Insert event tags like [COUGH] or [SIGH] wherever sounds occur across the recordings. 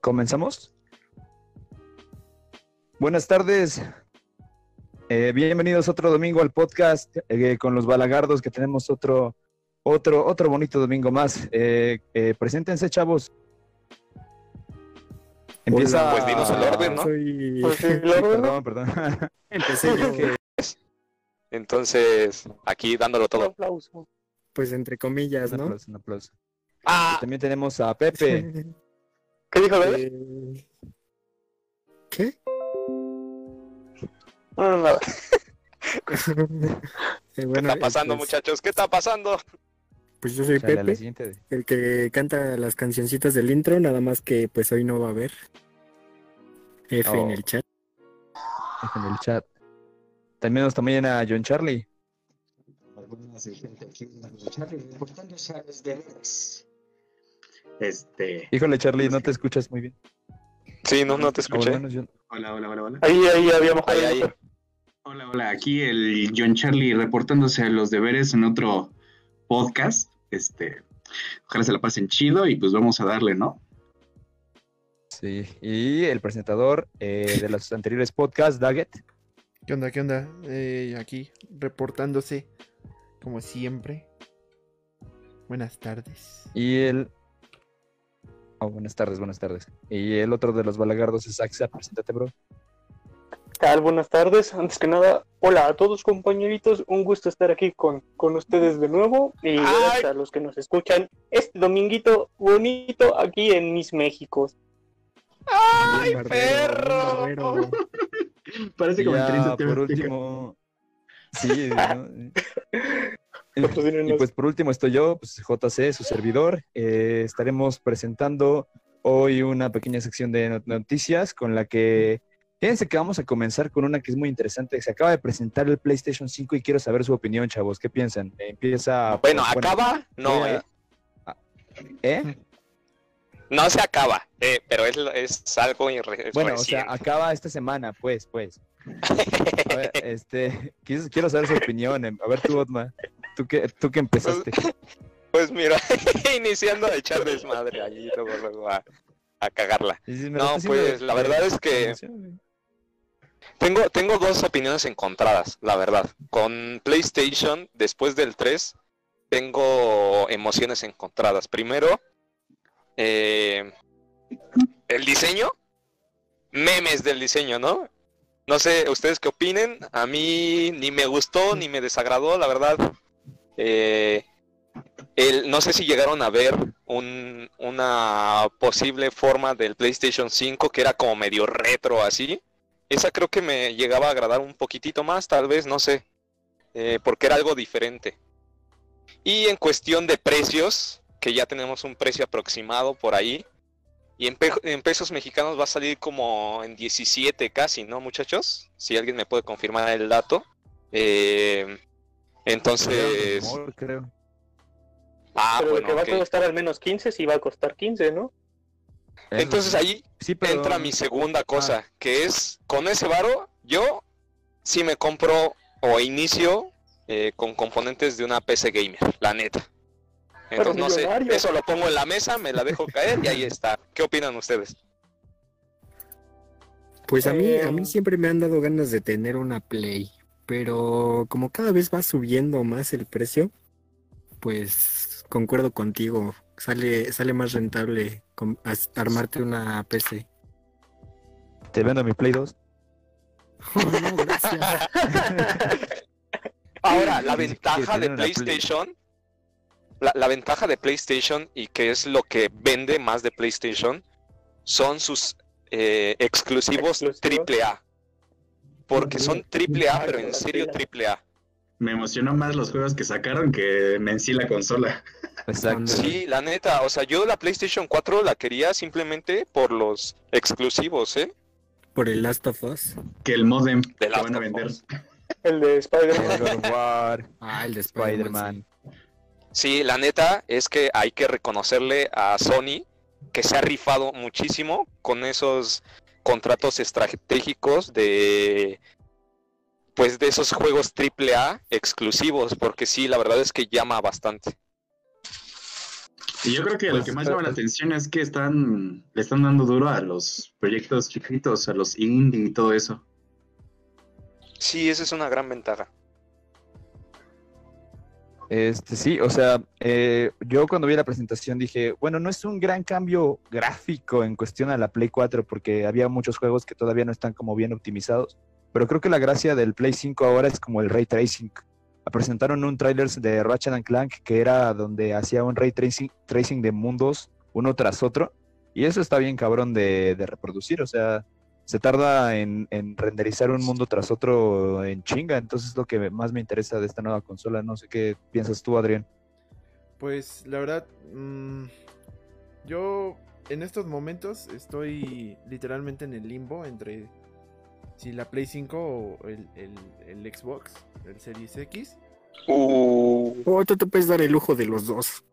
¿Comenzamos? Buenas tardes. Eh, bienvenidos otro domingo al podcast eh, con los Balagardos, que tenemos otro, otro, otro bonito domingo más. Eh, eh, preséntense, chavos. Empieza. pues dinos Ah, el orden, ¿no? Soy- Pues [LAUGHS] sí, el Sí, orden. perdón, perdón. Empecé [LAUGHS] yo, Que- Entonces, aquí dándolo un todo. aplauso. pues entre comillas, Un ¿no? aplauso, un aplauso. Ah, También tenemos a Pepe. ¿Qué dijo Bebé? [LAUGHS] Eh, [LAUGHS] ¿Qué? No, no, nada. Eh, ¿qué bueno, está pasando, pues, muchachos? ¿Qué está pasando? Pues yo soy Chale, a la Pepe, siguiente. el que canta las cancioncitas del intro, nada más que pues hoy no va a haber F en Oh. el chat. en el chat. También nos también a John Charlie. algunas de gente aquí en escuchar y reportándose a los deberes. Este. Híjole, Charlie, no te escuchas muy bien. Sí, no, no O al te escuché. menos yo- Hola, hola, hola, hola. Ahí, ahí habíamos Ahí, ahí. Hola, hola. Aquí el John Charlie reportándose a los deberes en otro podcast. Este. Ojalá se la pasen chido y pues vamos a darle, ¿no? Sí, y el presentador eh, de los anteriores podcasts, Daggett. ¿Qué onda? ¿Qué onda? Eh, aquí reportándose como siempre. Buenas tardes. Y el. Oh, buenas tardes, buenas tardes. Y el otro de los balagardos es Axa. Preséntate, bro. ¿Qué tal? Buenas tardes. Antes que nada, hola a todos compañeritos. Un gusto estar aquí con, con ustedes de nuevo. Y gracias a los que nos escuchan este dominguito bonito aquí en Mis Méxicos. ¡Ay, Bien, perro! bien, barbero. Parece Y que me ya, interesa por último. Sí, ¿no? [LAUGHS] Otros tienen Y los- pues por último estoy yo, pues, JC, su servidor. Eh, estaremos presentando hoy una pequeña sección de not- noticias con la que, fíjense que vamos a comenzar con una que es muy interesante. Se acaba de presentar el PlayStation 5 y quiero saber su opinión, chavos. ¿Qué piensan? Eh, Empieza... Bueno, ¿acaba? No, voy a- eh. ¿eh? No se acaba, eh, pero es, es algo irre- Bueno, o reciente. sea, acaba esta semana, pues, pues. A [LAUGHS] ver, este, quis- quiero saber su opinión. em, A ver tú, Otma, tú que, tú que empezaste. Pues mira, [LAUGHS] iniciando a echar desmadre allí, luego, luego a, a cagarla. Dices, me lo estás No, haciendo pues, de- la verdad es que- Tengo, tengo dos opiniones encontradas, la verdad. Con PlayStation, después del 3, tengo emociones encontradas. Primero, eh, el diseño, memes del diseño, ¿no? No sé, ustedes qué opinen. A mí ni me gustó ni me desagradó, la verdad. Eh, el- no sé si llegaron a ver un- una posible forma del PlayStation 5 que era como medio retro así. Esa creo que me llegaba a agradar un poquitito más, tal vez, no sé. eh, porque era algo diferente. Y en cuestión de precios, que ya tenemos un precio aproximado por ahí. Y en, pe- en pesos mexicanos va a salir como en 17 casi, ¿no, muchachos? Si alguien me puede confirmar el dato. Eh, entonces... Amor, creo. Ah, pero bueno, que va ok. a costar al menos 15, sí va a costar 15, ¿no? Entonces ahí Sí, pero- ah. entra mi segunda cosa, que es, con ese varo, yo sí me compro o inicio eh, con componentes de una PC gamer, la neta. Pero Entonces, no sé, millonario. eso lo pongo en la mesa, me la dejo caer y ahí está. ¿Qué opinan ustedes? Pues a mí, a Eh, mí siempre me han dado ganas de tener una Play, pero como cada vez va subiendo más el precio, pues concuerdo contigo, sale, sale más rentable com- as- armarte una PC. Te vendo mi Play 2. Oh, no, gracias. Ahora, Sí, la sí, sí, ventaja de tienen una Play. PlayStation, la, la ventaja de PlayStation y que es lo que vende más de PlayStation, son sus eh, exclusivos Exclusivos. triple A. Porque son triple A, pero en Las serio pilas. triple A. Me emocionó más los juegos que sacaron que en sí la consola. Exacto. [LAUGHS] Sí, la neta, o sea, yo la PlayStation 4 la quería simplemente por los exclusivos, ¿eh? [LAUGHS] Por el Last of Us. Que el modem Del que Last van a of vender. Us. El de [LAUGHS] Spider-Man. God of War, Ah, el de Spider-Man. Sí, la neta es que hay que reconocerle a Sony que se ha rifado muchísimo con esos contratos estratégicos de pues de esos juegos AAA exclusivos, porque sí, la verdad es que llama bastante. Y yo creo que lo Pues, que más pero- llama la atención es que están, le están dando duro a los proyectos chiquitos, a los indie y todo eso. Sí, esa es una gran ventaja. Este, sí, o sea, eh, yo cuando vi la presentación dije, bueno, no es un gran cambio gráfico en cuestión a la Play 4 porque había muchos juegos que todavía no están como bien optimizados, pero creo que la gracia del Play 5 ahora es como el ray tracing. Ah, Presentaron un tráiler de Ratchet and Clank que era donde hacía un ray tracing, tracing de mundos uno tras otro y eso está bien cabrón de, de reproducir, o sea, se tarda en, en renderizar un mundo tras otro en chinga. Entonces es lo que más me interesa de esta nueva consola. No sé qué piensas tú, Adrián. Pues la verdad, mm, yo en estos momentos estoy literalmente en el limbo entre si la Play 5 o el, el- el Xbox, el Series X. [LAUGHS] Uh, O Oh, tú te puedes dar el lujo de los dos.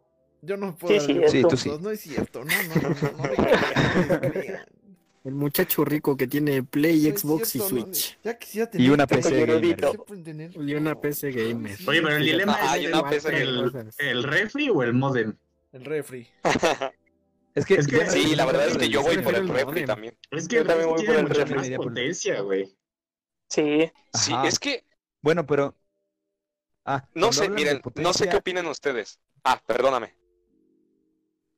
Yo no puedo... Sí, darle sí, los tú sí. dos, No es cierto, no, no, no, no, no me crean, no me crean. El muchacho rico que tiene Play, No es Xbox cierto, y no, Switch. ya quisiera tener una tantas PC cosas gamer. que pueden tener. Y una PC gamer. Sí, Oye, pero el sí, dilema Ah, es yo el, no pensé en el, cosas. el refri o el modem. El refri. Es que, Es que- ya- sí, la verdad es que yo voy por Prefiero el el refri modem. también. Es que Yo el también refri voy tiene por el mucha refri. más potencia, güey. Sí, Sí, Ajá. es que, Bueno, pero. Ah, no cuando sé, hablan de miren, no sé potencia- qué opinan ustedes. Ah, perdóname.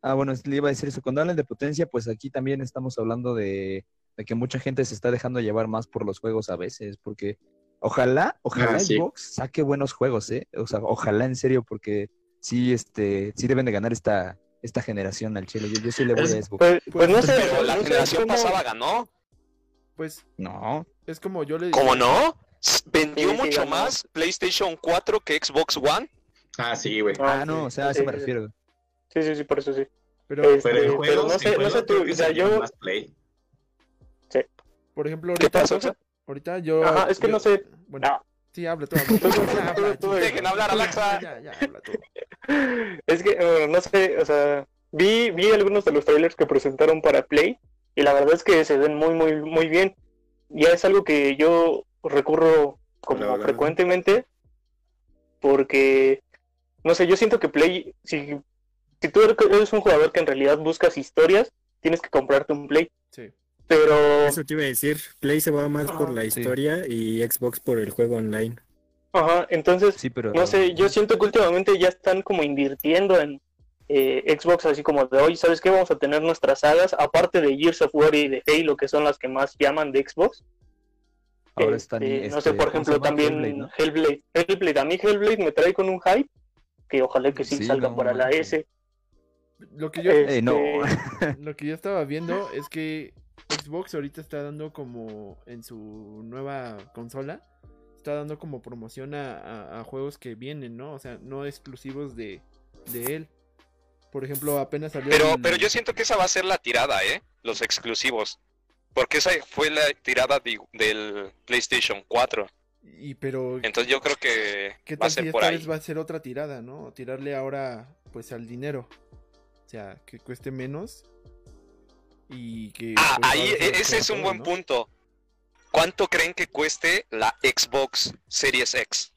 Ah, bueno, es- le iba a decir eso. Cuando hablan de potencia, pues aquí también estamos hablando de, de que mucha gente se está dejando llevar más por los juegos a veces, porque ojalá, ojalá Ah, sí. Xbox saque buenos juegos, ¿eh? O sea, ojalá en serio, porque sí, este, sí deben de ganar esta, esta generación al chile. Yo, yo sí le voy Es- a Xbox. pues, pues no sé. Pero la no sé generación cómo- pasada ganó. Pues No. es como yo le ¿Cómo no? S- Sí, Vendió sí, mucho ganó. más PlayStation 4 que Xbox One. Ah, sí, güey. Ah, no, o sea, a eso me sí, sí. refiero. Sí, sí, sí, por eso sí. Pero, eh, Este, Pero en pero juegos, no en sé, no juegos sé tú, creo que o sea, se lleva yo... más play. por ejemplo, ¿Qué ahorita, pasó? ahorita yo. Ajá, es que yo- no sé. Bueno, No. sí, habla tú. habla Tú, [LAUGHS] tú, ya, tú, tú, habla, tú, chica, dejen hablar, ya, Alexa. Ya, ya, habla tú. Es que, bueno, no sé, o sea, vi, vi algunos de los trailers que presentaron para Play y la verdad es que se ven muy, muy, muy bien. Ya es algo que yo recurro como Hola, hola, hola. frecuentemente porque, no sé, yo siento que Play, si, si tú eres un jugador que en realidad buscas historias, tienes que comprarte un Play. Sí. Pero, Eso te iba a decir. Play se va más por la sí. historia y Xbox por el juego online. ajá, entonces Sí, pero. No sé, yo siento que últimamente ya están como invirtiendo en eh, Xbox, así como de hoy, ¿sabes qué? Vamos a tener nuestras sagas, aparte de Gears of War y de Halo, que son las que más llaman de Xbox. Ahora están. Este, no este, sé, por ¿cómo se ejemplo, llama? también Hellblade, ¿no? Hellblade, Hellblade. A mí Hellblade me trae con un hype que ojalá que sí, Sí, salga no para la manches. S. Lo que yo, Eh, no. [LAUGHS] Este, lo que yo estaba viendo es que Xbox ahorita está dando como en su nueva consola, está dando como promoción a, a- a juegos que vienen, ¿no? O sea, no exclusivos de, de él. Por ejemplo, apenas salió. Pero, el- pero yo siento que esa va a ser la tirada, ¿eh? Los exclusivos. Porque esa fue la tirada de- del PlayStation 4. Y pero Entonces yo creo que ¿Qué va a tal si ser esta por ahí. vez va a ser otra tirada, no? Tirarle ahora, pues, al dinero. O sea, que cueste menos. Y que. Ah, pues, ahí, ahora sí e- lo ese sea es un todo, buen ¿no? punto. ¿Cuánto creen que cueste la Xbox Series X?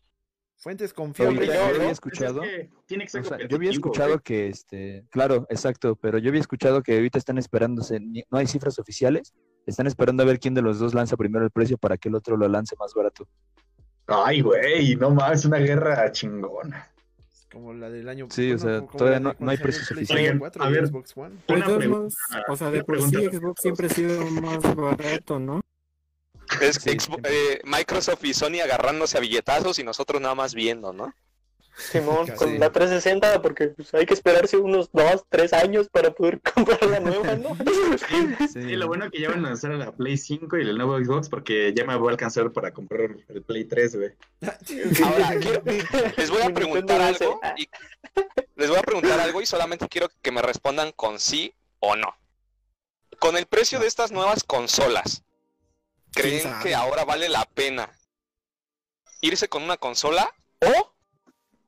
Fuentes Oye, confiables. yo yo- había yo- escuchado. Pues es que tiene que ser o sea, yo competitivo, había escuchado que, este, claro, exacto, pero yo había escuchado que ahorita están esperándose, ni- no hay cifras oficiales, están esperando a ver quién de los dos lanza primero el precio para que el otro lo lance más barato. güey. Ay, güey, no mames, una guerra chingona. Como la del año Sí, o sea, como todavía la de no- no cuando hay salió precios el PlayStation oficiales. 4 A y ver. Xbox One. Pero Una de todos pregunta. modos, o sea, de una por sí pregunta. Xbox siempre ha sido más barato, ¿no? Es Sí, Xbo- sí. eh, Microsoft y Sony agarrándose a billetazos y nosotros nada más viendo, ¿no? [LAUGHS] Simón, Sí. con la 360, porque pues, hay que esperarse unos 2, 3 años para poder [LAUGHS] comprar la nueva, ¿no? [LAUGHS] Sí, lo bueno que ya van a lanzar a la Play 5 y el nuevo Xbox porque ya me voy a alcanzar para comprar el Play 3, güey. Ahora, [LAUGHS] quiero- les [LAUGHS] voy a Nintendo preguntar dice, algo "Ah". y les voy a preguntar algo y solamente quiero que me respondan con sí o no. Con el precio de estas nuevas consolas, ¿Quién ¿creen sabe? que ahora vale la pena irse con una consola o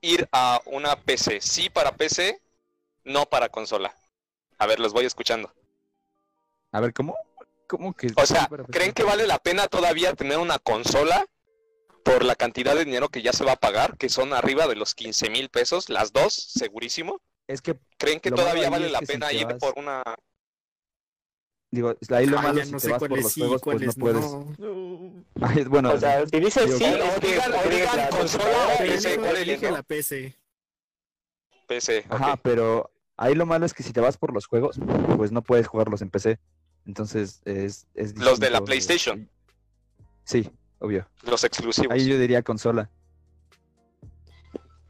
ir a una PC? Sí para PC, no para consola. A ver, los voy escuchando. A ver, ¿cómo? ¿Cómo que? O sea, ¿creen que vale la pena todavía tener una consola por la cantidad de dinero que ya se va a pagar, que son arriba de los 15 mil pesos, las dos, segurísimo? Es que, ¿Creen que Lo todavía malo ahí vale es la que si pena te ir vas- por una... digo, ahí lo Ah, malo ya es si no te sé vas por cuáles los sí, juegos, pues no cuáles puedes. [LAUGHS] no. No. Ay, bueno, O sea, si dices Digo, sí, o- no o tienes digan- que o tener digan la- consola, pero la- Pero sí, elige- ¿cuál elige eligen, no? la PC. PC, ok. ajá, pero ahí lo malo es que si te vas por los juegos, pues no puedes jugarlos en PC. Entonces es, es Los de la distinto. PlayStation. pues. Sí, obvio. Los exclusivos. Ahí yo diría consola.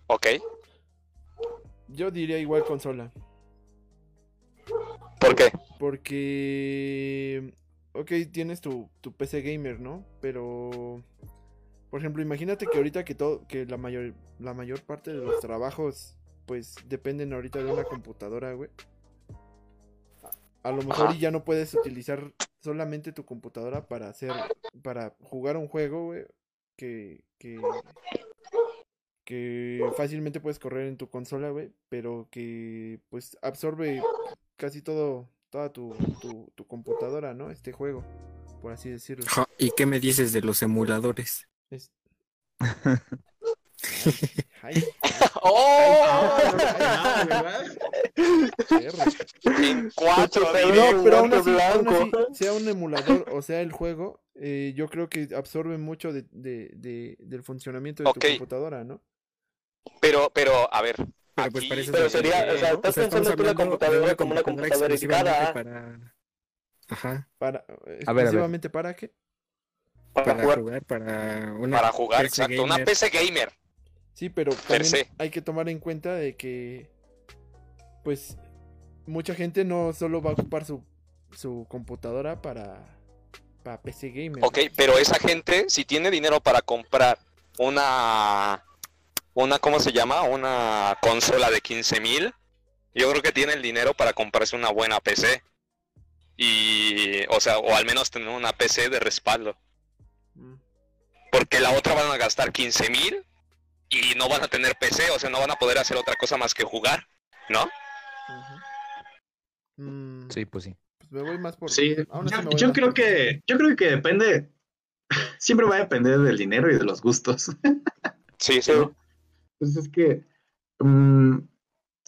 Ok. Yo diría igual consola. ¿Por qué? Porque. Ok, tienes tu, tu PC gamer, ¿no? Pero. Por ejemplo, imagínate que ahorita que todo. que la mayor. La mayor parte de los trabajos. Pues dependen ahorita de una computadora, güey. A a lo mejor Ajá. y ya no puedes utilizar solamente tu computadora para hacer. para jugar un juego, güey. Que. que. que fácilmente puedes correr en tu consola, güey. Pero que pues absorbe casi todo, toda tu, tu, tu computadora, ¿no? Este juego, por así decirlo. Ja, ¿Y qué me dices de los emuladores? Es- [LAUGHS] [LAUGHS] Ay, ay, Ah, ¡Oh! No, ¿verdad? perro. En cuatro, Pero diré. No, pero aún así, guante aún así, blanco. sea un emulador o sea el juego, eh, yo creo que absorbe mucho de, de- de- del funcionamiento de Ok. tu computadora, ¿no? Pero, pero, a ver. Pero pues Aquí- parece Pero de- sería, o sea, estás estamos pensando tú la hablando de computadora como una computadora dedicada exclusivamente para... Ajá, Para, A ver, eh, a ver. exclusivamente para qué? para, para jugar. jugar, para una... Para jugar, PC exacto. Una gamer. PC gamer. Sí, pero Per también se. hay que tomar en cuenta de que, pues, mucha gente no solo va a ocupar su, su computadora para, para PC Gamer. Ok, pero esa gente, si tiene dinero para comprar una, una ¿cómo se llama? Una consola de 15 mil, yo creo que tiene el dinero para comprarse una buena PC. Y, o sea, o al menos tener una PC de respaldo. Mm. Porque la otra van a gastar 15 mil y no van a tener PC, o sea, no van a poder hacer otra cosa más que jugar, ¿no? Ujú. Mm, Sí, pues sí. pues me voy más por. Sí, aún así yo, me voy yo más creo por- que, yo creo que depende, [LAUGHS] siempre va a depender del dinero y de los gustos. Sí, sí. Pero, pues es que mm,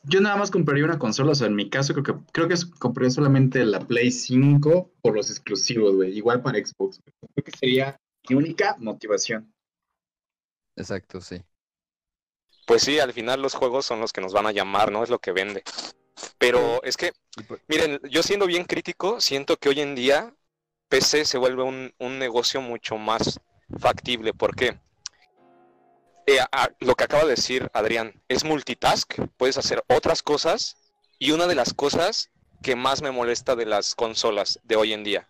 yo nada más compraría una consola, o sea, en mi caso creo que creo que es- compraría solamente la Play 5 por los exclusivos, güey, igual para Xbox. güey. Creo que sería mi única motivación. Exacto, sí. Pues sí, al final los juegos son los que nos van a llamar, ¿no? Es lo que vende. Pero es que, Y por- miren, yo siendo bien crítico, siento que hoy en día PC se vuelve un, un negocio mucho más factible. ¿Por qué? Eh, a- a- lo que acaba de decir Adrián, es multitask, puedes hacer otras cosas y una de las cosas que más me molesta de las consolas de hoy en día,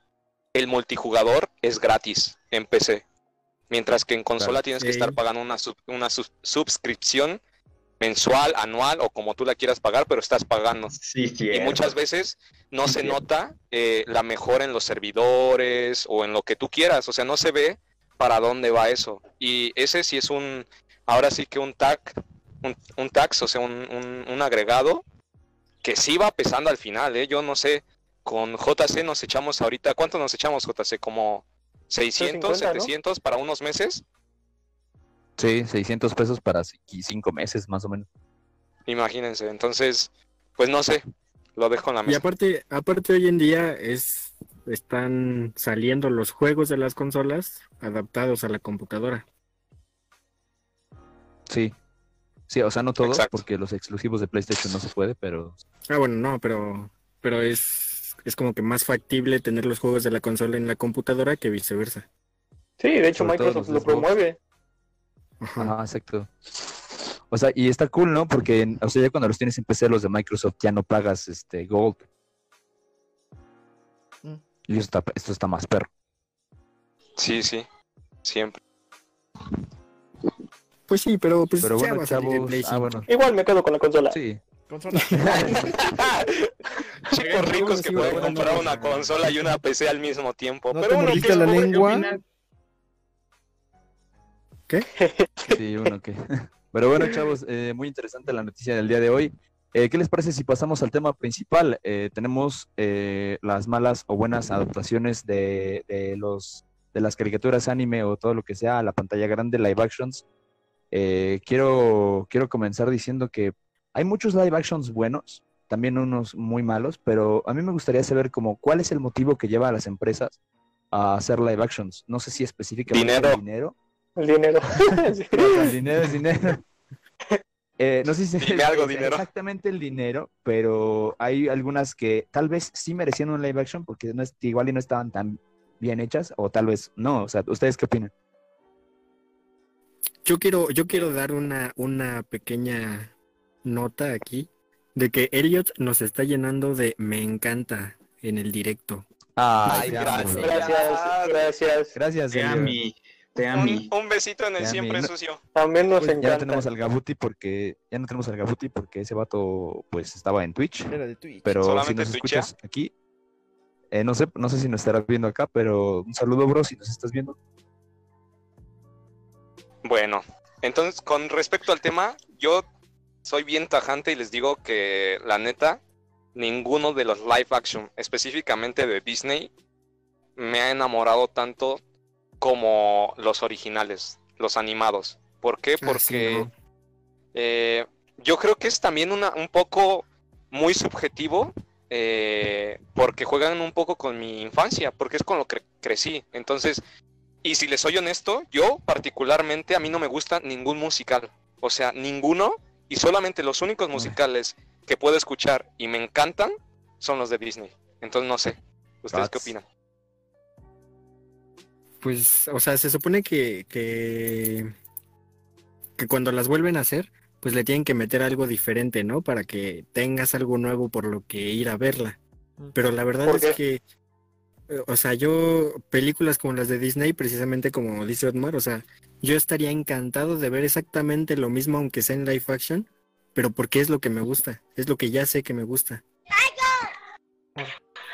el multijugador es gratis en PC, mientras que en consola tienes que Sí. estar pagando una, sub- una sub- suscripción mensual, anual o como tú la quieras pagar, pero estás pagando. Sí, sí. eh. Y muchas veces no se nota eh, la mejora en los servidores o en lo que tú quieras. O sea, no se ve para dónde va eso. Y ese sí es un, ahora sí que un tag, un, un tax, o sea, un, un- un agregado que sí va pesando al final. ¿eh? Yo no sé, con JC nos echamos ahorita, ¿cuánto nos echamos JC? Como 600, 150, ¿no? 700 para unos meses. Sí, 600 pesos para ci- cinco meses más o menos. Imagínense. Entonces, pues no sé, lo dejo en la Y mesa. aparte, aparte hoy en día es están saliendo los juegos de las consolas adaptados a la computadora. Sí. Sí, o sea, no todos, Exacto. porque los exclusivos de PlayStation no se puede, pero Ah, bueno, no, pero pero es es como que más factible tener los juegos de la consola en la computadora que viceversa. Sí, de hecho Sobre todo los Microsoft lo Xbox. promueve. Ajá. Ajá, exacto. O sea, y está cool, ¿no? Porque, o sea, ya cuando los tienes en PC, los de Microsoft, ya no pagas este Gold. Mm. Y esto está, esto está más perro. Sí, sí, siempre. Pues sí, pero pues Pero ya bueno, va a salir el chavos. Play Ah, 5. bueno. Igual me quedo con la consola. Sí. Consola. Chicos ricos que sí, pueden bueno, comprar no, una no. consola y una PC al mismo tiempo. No te pero uno que mordiste es la pobre- lengua. Sí, uno que. [LAUGHS] Pero bueno, chavos, eh, muy interesante la noticia del día de hoy. Eh, ¿Qué les parece si pasamos al tema principal? Eh, tenemos eh, las malas o buenas adaptaciones de, de los de las caricaturas anime o todo lo que sea a la pantalla grande, live actions. Eh, quiero, quiero comenzar diciendo que Hay muchos live actions buenos, también unos muy malos, pero a mí me gustaría saber como cuál es el motivo que lleva a las empresas a hacer live actions. No sé si específicamente Dinero. el dinero. El dinero. [LAUGHS] Sí. El dinero es dinero. [LAUGHS] Eh, no sé si [LAUGHS] Dime algo, es dinero. exactamente el dinero, pero hay algunas que tal vez sí merecían un live action porque no es- igual y no estaban tan bien hechas o tal vez no. O sea, ¿ustedes qué opinan? Yo quiero, yo quiero dar una, una pequeña nota aquí de que Elliot nos está llenando de me encanta en el directo. Ay, te amo. gracias. Gracias, gracias. Gracias, Te Elliot. ami, te ami. Un, un besito en el Ya, siempre mi- sucio. También nos Pues ya no tenemos encanta. al Gabuti porque ya no tenemos al Gabuti porque ese vato pues estaba en Twitch, Era de Twitch. pero si ¿Solamente nos Twitchea? escuchas aquí eh, no sé no sé si nos estarás viendo acá, pero un saludo bro si nos estás [LAUGHS] viendo. Bueno, entonces con respecto al tema, yo soy bien tajante y les digo que la neta, ninguno de los live action, específicamente de Disney, me ha enamorado tanto como los originales, los animados. ¿Por Ah, qué? Porque... Eh, yo creo que es también una, un poco muy subjetivo eh, porque juegan un poco con mi infancia, porque es con lo que crecí. Entonces, y si les soy honesto, yo particularmente a mí no me gusta ningún musical. O sea, ninguno y solamente los únicos Ah. musicales que puedo escuchar y me encantan son los de Disney. Entonces, no sé. ¿Ustedes qué Cats. opinan? Pues, o sea, se supone que, que, que cuando las vuelven a hacer, pues le tienen que meter algo diferente, ¿no? Para que tengas algo nuevo por lo que ir a verla. Pero la verdad ¿Por es que, eh, o sea, yo, películas como las de Disney, precisamente como dice Otmar, o sea, yo estaría encantado de ver exactamente lo mismo, aunque sea en live action, pero porque es lo que me gusta, es lo que ya sé que me gusta.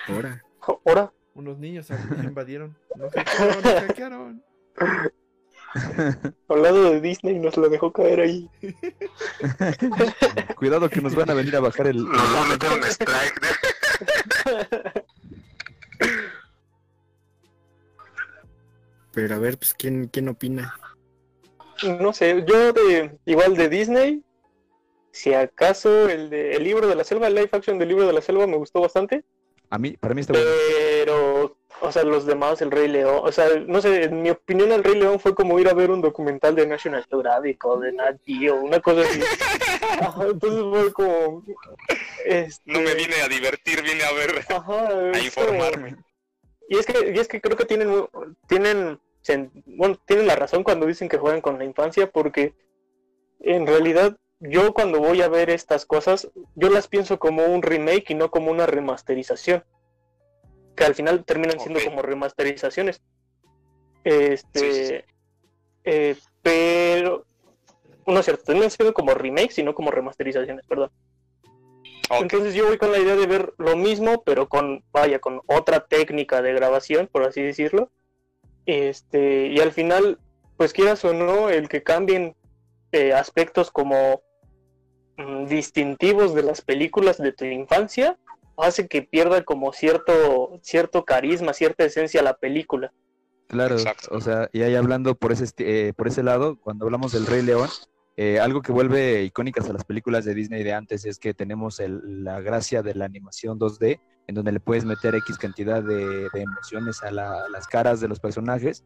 Ahora. Ahora, Unos niños a- [LAUGHS] invadieron. Nos hackearon, nos hackearon. hablando de Disney, nos lo dejó caer ahí. Cuidado que nos van a venir a bajar el Nos va a meter un strike. Pero a ver, pues, ¿quién, quién opina? No sé, yo de igual de Disney, si acaso el de el libro de la selva, el live action del libro de la selva me gustó bastante, a mí para mí está bueno. pero o sea, los demás, el Rey León, o sea, no sé, en mi opinión el Rey León fue como ir a ver un documental de National Geographic o de Nat Geo, una cosa así. Ajá, Entonces fue como este, Eh, No me vine a divertir, vine a ver, ajá, a es como- informarme. Y es que, y es que creo que tienen, tienen, sen- bueno, tienen la razón cuando dicen que juegan con la infancia, porque en realidad yo cuando voy a ver estas cosas, yo las pienso como un remake y no como una remasterización. Que al final terminan siendo Ok. como remasterizaciones. Este. Sí, sí, sí. eh, pero. No es cierto, terminan siendo como remakes y no como remasterizaciones, perdón. Ok. Entonces yo voy con la idea de ver lo mismo, pero con, vaya, con otra técnica de grabación, por así decirlo. Este, y al final, pues quieras o no, el que cambien eh, aspectos como mm, distintivos de las películas de tu infancia, hace que pierda como cierto, cierto carisma, cierta esencia la película. Claro, Exacto. o sea, y ahí hablando por ese, esti- eh, por ese lado, cuando hablamos del Rey León, eh, algo que vuelve icónicas a las películas de Disney de antes es que tenemos el- la gracia de la animación 2D, en donde le puedes meter X cantidad de, de emociones a la- las caras de los personajes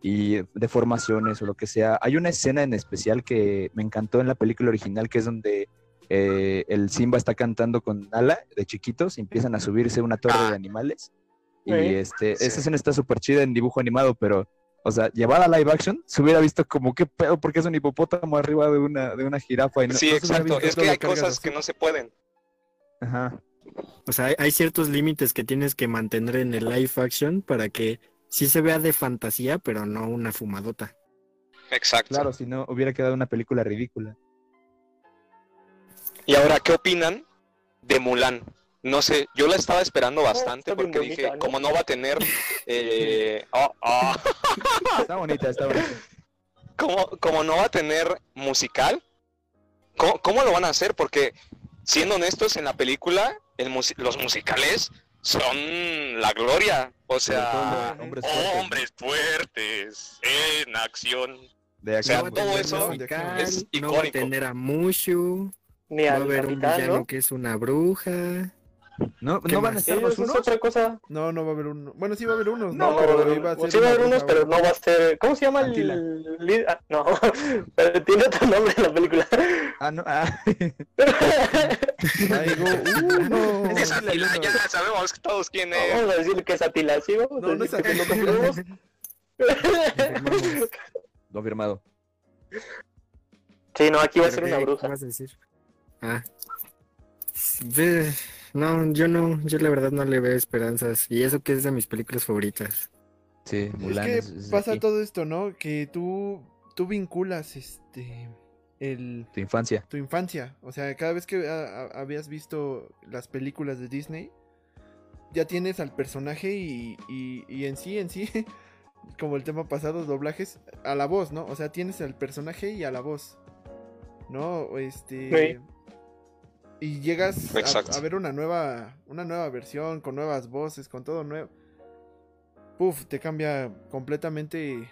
y deformaciones o lo que sea. Hay una escena en especial que me encantó en la película original, que es donde eh, el Simba está cantando con Nala de chiquitos y empiezan a subirse una torre de animales. Y Sí. este, Sí. esta escena está súper chida en dibujo animado, pero, o sea, llevada a live action, se hubiera visto como qué pedo, porque es un hipopótamo arriba de una, de una jirafa. Y no- Sí, no se hubiera exacto. visto Es que todo hay cargado cosas que así. no se pueden. Ajá. O sea, hay, hay ciertos límites que tienes que mantener en el live action para que sí se vea de fantasía, pero no una fumadota. Exacto. Claro, si no, hubiera quedado una película ridícula. Y ahora, ¿qué opinan de Mulan? No sé, yo la estaba esperando bastante Oh, está bien porque bonita, dije, ¿no? como no va a tener, [LAUGHS] eh, oh, oh, Está bonita, está [LAUGHS] bonita. como, como no va a tener musical, ¿cómo, cómo lo van a hacer? Porque, siendo honestos, en la película, el musi- los musicales son la gloria. O Sobre todo sea, oh, de hombres fuertes, ¿no? hombres fuertes en acción. De O sea, acá, todo tener eso musical, es no va a icónico. tener a Mushu, Ni Va a al haber un capitán, villano ¿no? que es una bruja. ¿No, ¿Qué ¿no van a más? estar Sí, los eso es unos? otra cosa. No, no va a haber uno. Bueno, sí va a haber unos, No, ¿no? Pero iba a ser sí va a haber una unos, bruja, pero güey. no va a ser. ¿Cómo se llama Antila. el líder? Ah, no, [LAUGHS] pero tiene otro nombre en la película. [LAUGHS] Ah, no. ah. Traigo uno. Es Atila, ya sabemos todos Oh, quién es. vamos a decir que es Atila, sí, vamos No, a no es decir que Atila. lo comprobamos. Confirmamos. Lo firmado. Sí, no, aquí va a ser ¿Pero una qué- bruja. ¿Qué vas a decir? Ah. Ve- No, yo no, yo la verdad no le veo esperanzas. Y eso que es de mis películas favoritas. Sí, Es Mulan. que es- es de pasa aquí, todo esto, ¿no? Que tú, tú vinculas este el Tu infancia. tu infancia. O sea, cada vez que a- a- habías visto las películas de Disney, ya tienes al personaje y, y- y en sí, en sí, [LAUGHS] como el tema pasado, doblajes, a la voz, ¿no? O sea, tienes al personaje y a la voz. ¿No? O Este. Sí. Y llegas a- Exacto. a, ver una nueva. Una nueva versión, con nuevas voces, con todo nuevo. Puf, te cambia completamente.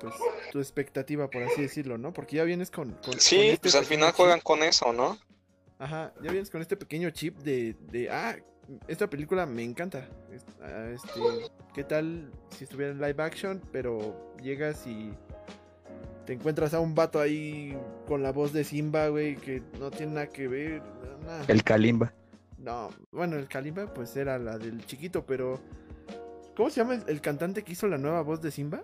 Pues tu expectativa, por así decirlo, ¿no? Porque ya vienes con. con- con Sí, este pues al final personaje. juegan con eso, ¿no? Ajá, ya vienes con este pequeño chip de, de ah, esta película me encanta. Es- ah, Este, ¿Qué tal si estuviera en live action, pero llegas y te encuentras a un vato ahí con la voz de Simba, güey, que no tiene nada que ver. nada. El Kalimba. No, bueno, el Kalimba pues era la del chiquito, pero... ¿Cómo se llama el, el cantante que hizo la nueva voz de Simba?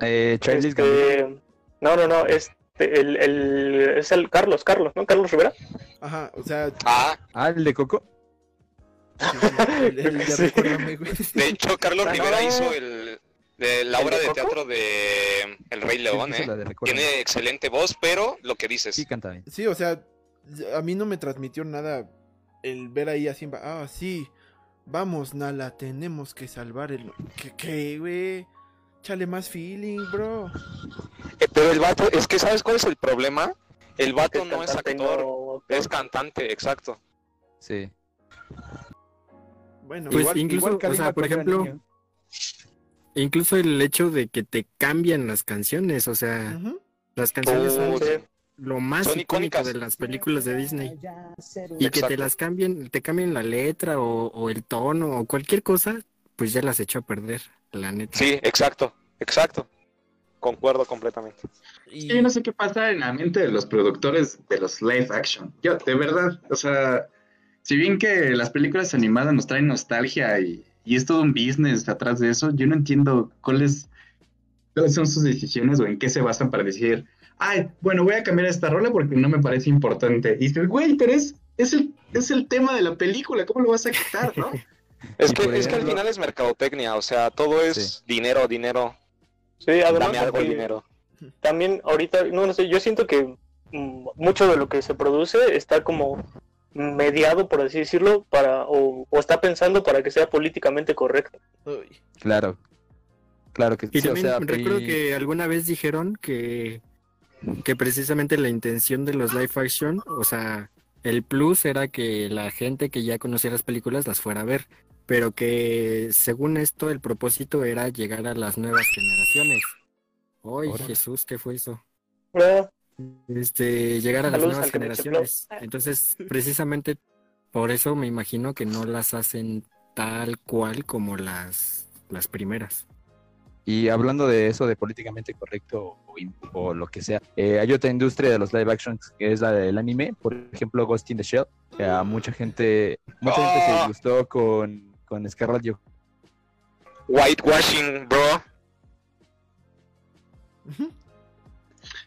Eh, Charles Este, Gambino. No, no, no, este, el, el, es el Carlos, Carlos, ¿no? Carlos Rivera. Ajá, o sea... Ah, Ah, el de Coco. sí, sí, el- el- ya Sí. recuérdame, güey. de hecho, Carlos Ah, Rivera no. hizo el, de la ¿El obra de de Coco? teatro de El Rey León, Sí, hizo ¿eh? la de Recuérdame. Tiene excelente voz, pero lo que dices, Sí, canta bien. Sí, o sea, a mí no me transmitió nada el ver ahí a Simba. Ah, sí, vamos, Nala, tenemos que salvar el. ¿Qué, qué, güey? Chale más feeling, bro. Eh, Pero el vato, es que ¿sabes cuál es el problema? El vato que no es cantante, actor, no actor. es cantante, exacto. Sí. Bueno, Pues igual. incluso, o sea, por ejemplo, incluso el hecho de que te cambian las canciones, o sea, Ujú. las canciones son Todo. lo más Son icónico icónicas. de las películas de Disney. Y que Exacto. te las cambien, te cambien la letra o, o el tono o cualquier cosa, pues ya las echó a perder, la neta. Sí, exacto, exacto. Concuerdo completamente. Es Y- que yo no sé qué pasa en la mente de los productores de los live action. Yo, de verdad, o sea, si bien que las películas animadas nos traen nostalgia y, y es todo un business atrás de eso, yo no entiendo cuáles, cuáles son sus decisiones o en qué se basan para decir, ay, bueno, voy a cambiar esta rola porque no me parece importante. Y dices, güey, pero es, es, el, es el tema de la película, ¿cómo lo vas a quitar, no? Es Y que, por es que al ejemplo- final es mercadotecnia, o sea, todo es dinero, dinero. Sí, además, Dame algo el que dinero. también ahorita, no, no sé, yo siento que mm, mucho de lo que se produce está como mediado, por así decirlo, para o, o está pensando para que sea políticamente correcto. Uy. Claro. Claro que Y sí. o también sea, recuerdo y- que alguna vez dijeron que, que precisamente la intención de los live action, o sea, el plus era que la gente que ya conocía las películas las fuera a ver, pero que según esto el propósito era llegar a las nuevas generaciones. ¡Ay, Órale. Jesús, qué fue eso! Ah, Este, llegar a las Saludos nuevas al que me Ah. generaciones. Entonces, precisamente por eso me imagino que no las hacen tal cual como las, las primeras. Y hablando de eso, de políticamente correcto o, in- o lo que sea, eh, hay otra industria de los live actions que es la del anime, por ejemplo, Ghost in the Shell. que a mucha gente, mucha gente se Ah. disgustó con, con Scarlett Johansson. Whitewashing, bro. Ujú.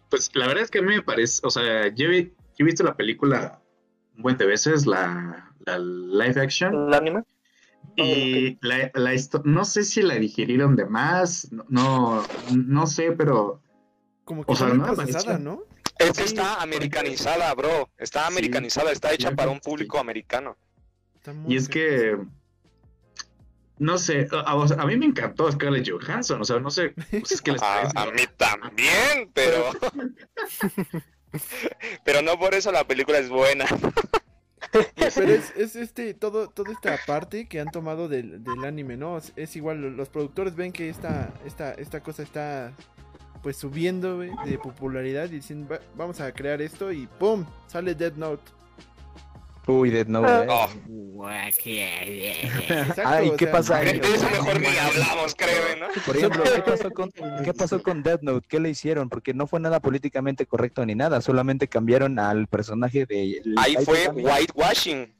Pues la verdad es que a mí me parece, o sea, yo he, yo he visto la película un buen de veces, la, la live action. ¿El anime? Y la, la histo- no sé si la digirieron de más, no, no, no sé, pero Como que O sea, está muy no me procesada, pareció. ¿no? Es que Sí, está porque- americanizada, bro. Está Sí, americanizada, está hecha yo para creo un que sí. público americano. Está muy y es que no sé, a, a- o sea, a mí me encantó Scarlett Johansson, o sea, no sé, pues es que [LAUGHS] les A, parece- a mí también, pero... [LAUGHS] pero no por eso la película es buena. [LAUGHS] Pero es, es este, todo, toda esta parte que han tomado del, del anime, ¿no? Es, es igual, lo- los productores ven que esta, esta, esta cosa está pues subiendo güey, de popularidad y diciendo, "Va- vamos a crear esto y ¡pum! Sale Dead [LAUGHS] Note. Uy, Dead Note. ¿eh? Oh, Exacto, Ay, o ¿qué sea, pasa? de eso mejor ni hablamos, créeme, ¿no? Por ejemplo, [LAUGHS] ¿qué pasó, con, [LAUGHS] ¿qué pasó con Death Note? ¿Qué le hicieron? Porque no fue nada políticamente correcto ni nada, solamente cambiaron al personaje de... Ahí Light fue Yagami whitewashing.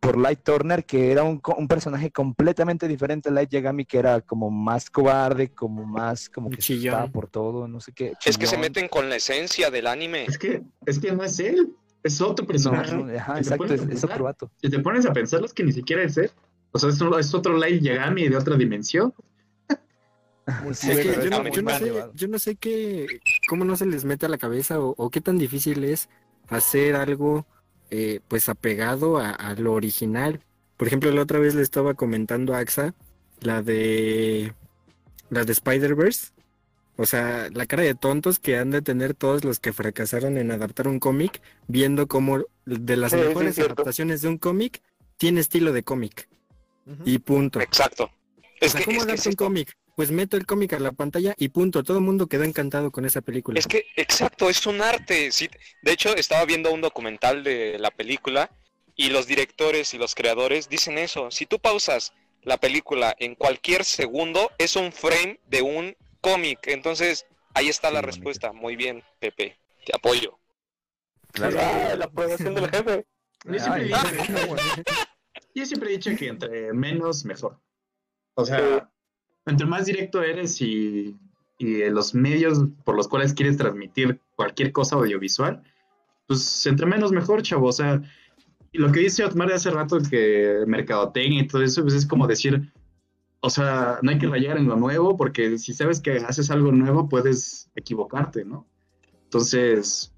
Por Light Turner, que era un, co- un personaje completamente diferente a Light Yagami, que era como más cobarde, como más... como que se Chillón. asustaba por todo, no sé qué. Es que se chillón. meten con la esencia del anime. Es que, es que no es él, es otro personaje. No, no, ajá, Si te exacto, pones es, a es pensar, otro vato. Si te pones a pensar, los que ni siquiera es él. O sea, es, un- es otro Light Yagami de otra dimensión. Pues Sí, es que pero yo, no, está yo muy no mal sé, yo no sé qué, cómo no se les mete a la cabeza o, o qué tan difícil es hacer algo eh, pues apegado a, a lo original. Por ejemplo, la otra vez le estaba comentando a Axa la de la de Spider-Verse. O sea, la cara de tontos que han de tener todos los que fracasaron en adaptar un cómic, viendo cómo de las Sí, sí, es mejores cierto. adaptaciones de un cómic tiene estilo de cómic. ujú. Y punto. Exacto. Es O sea, que, ¿Cómo es que adapto es un esto. cómic? Pues meto el cómic a la pantalla y punto. Todo el mundo quedó encantado con esa película. Es que, exacto, es un arte. sí. De hecho, estaba viendo un documental de la película y los directores y los creadores dicen eso. Si tú pausas la película en cualquier segundo, es un frame de un cómic. Entonces, ahí está la Sí, manito. respuesta. Muy bien, Pepe. Te apoyo. Ah, la aprobación del jefe. Yo siempre, he Ay. dicho, yo siempre he dicho que entre menos, mejor. O sea, entre más directo eres y, y los medios por los cuales quieres transmitir cualquier cosa audiovisual, pues entre menos, mejor, chavo. O sea, y lo que dice Otmar de hace rato, que mercadotecnia y todo eso, pues es como decir, o sea, no hay que rayar en lo nuevo, porque si sabes que haces algo nuevo, puedes equivocarte, ¿no? Entonces,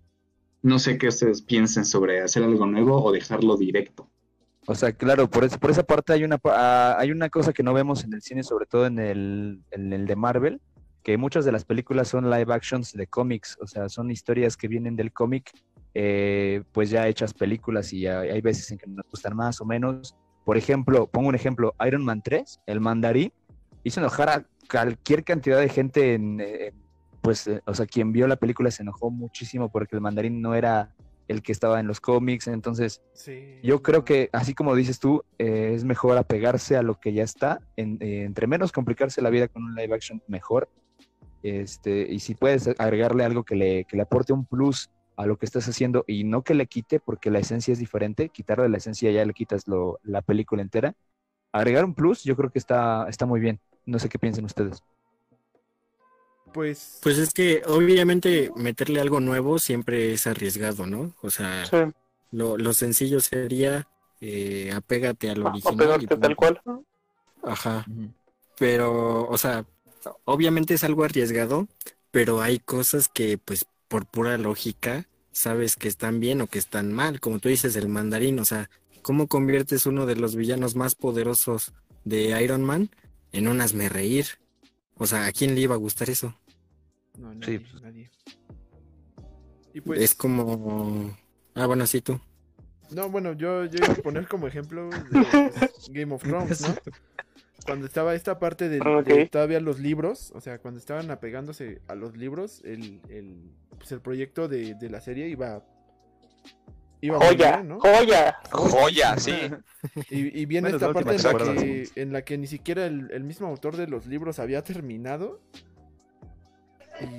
no sé qué ustedes piensen sobre hacer algo nuevo o dejarlo directo. O sea, claro, por, es- por esa parte hay una, pa- ah, hay una cosa que no vemos en el cine, sobre todo en el, en el de Marvel, que muchas de las películas son live actions de cómics, o sea, son historias que vienen del cómic, eh, pues ya hechas películas y hay, hay veces en que nos gustan más o menos. Por ejemplo, pongo un ejemplo, Iron Man 3, el mandarí, hizo enojar a cualquier cantidad de gente en... eh, en- pues, eh, o sea, quien vio la película se enojó muchísimo porque el mandarín no era el que estaba en los cómics, entonces Sí. yo creo que, así como dices tú, eh, es mejor apegarse a lo que ya está. en- eh, entre menos complicarse la vida con un live action, mejor. Este, y si puedes agregarle algo que le, que le aporte un plus a lo que estás haciendo y no que le quite, porque la esencia es diferente. Quitarle la esencia ya le quitas lo- la película entera. Agregar un plus, yo creo que está, está muy bien. No sé qué piensen [LAUGHS] ustedes. Pues, Pues es que obviamente meterle algo nuevo siempre es arriesgado, ¿no? O sea, Sí, lo, lo sencillo sería eh, apégate al original. a y pegarte punto. tal cual. Ajá. Pero, o sea, obviamente es algo arriesgado, pero hay cosas que, pues, por pura lógica, sabes que están bien o que están mal. Como tú dices, el mandarín, o sea, ¿cómo conviertes uno de los villanos más poderosos de Iron Man en un hazme reír? O sea, ¿a quién le iba a gustar eso? no, sí, nadie, pues. nadie. Y pues, Es como... Ah, bueno, sí, tú. no, bueno, yo, yo iba a poner como ejemplo de, pues, Game of Thrones, ¿no? Cuando estaba esta parte del- de, Ah, ok. todavía los libros, o sea, cuando estaban apegándose a los libros, el, el, pues, el proyecto de, de la serie iba, iba muy Joya, bien, ¿no? joya. Joya, sí. Y, y viene Menos esta la parte en última la, temporada, que, en la que ni siquiera el, el mismo autor de los libros había terminado.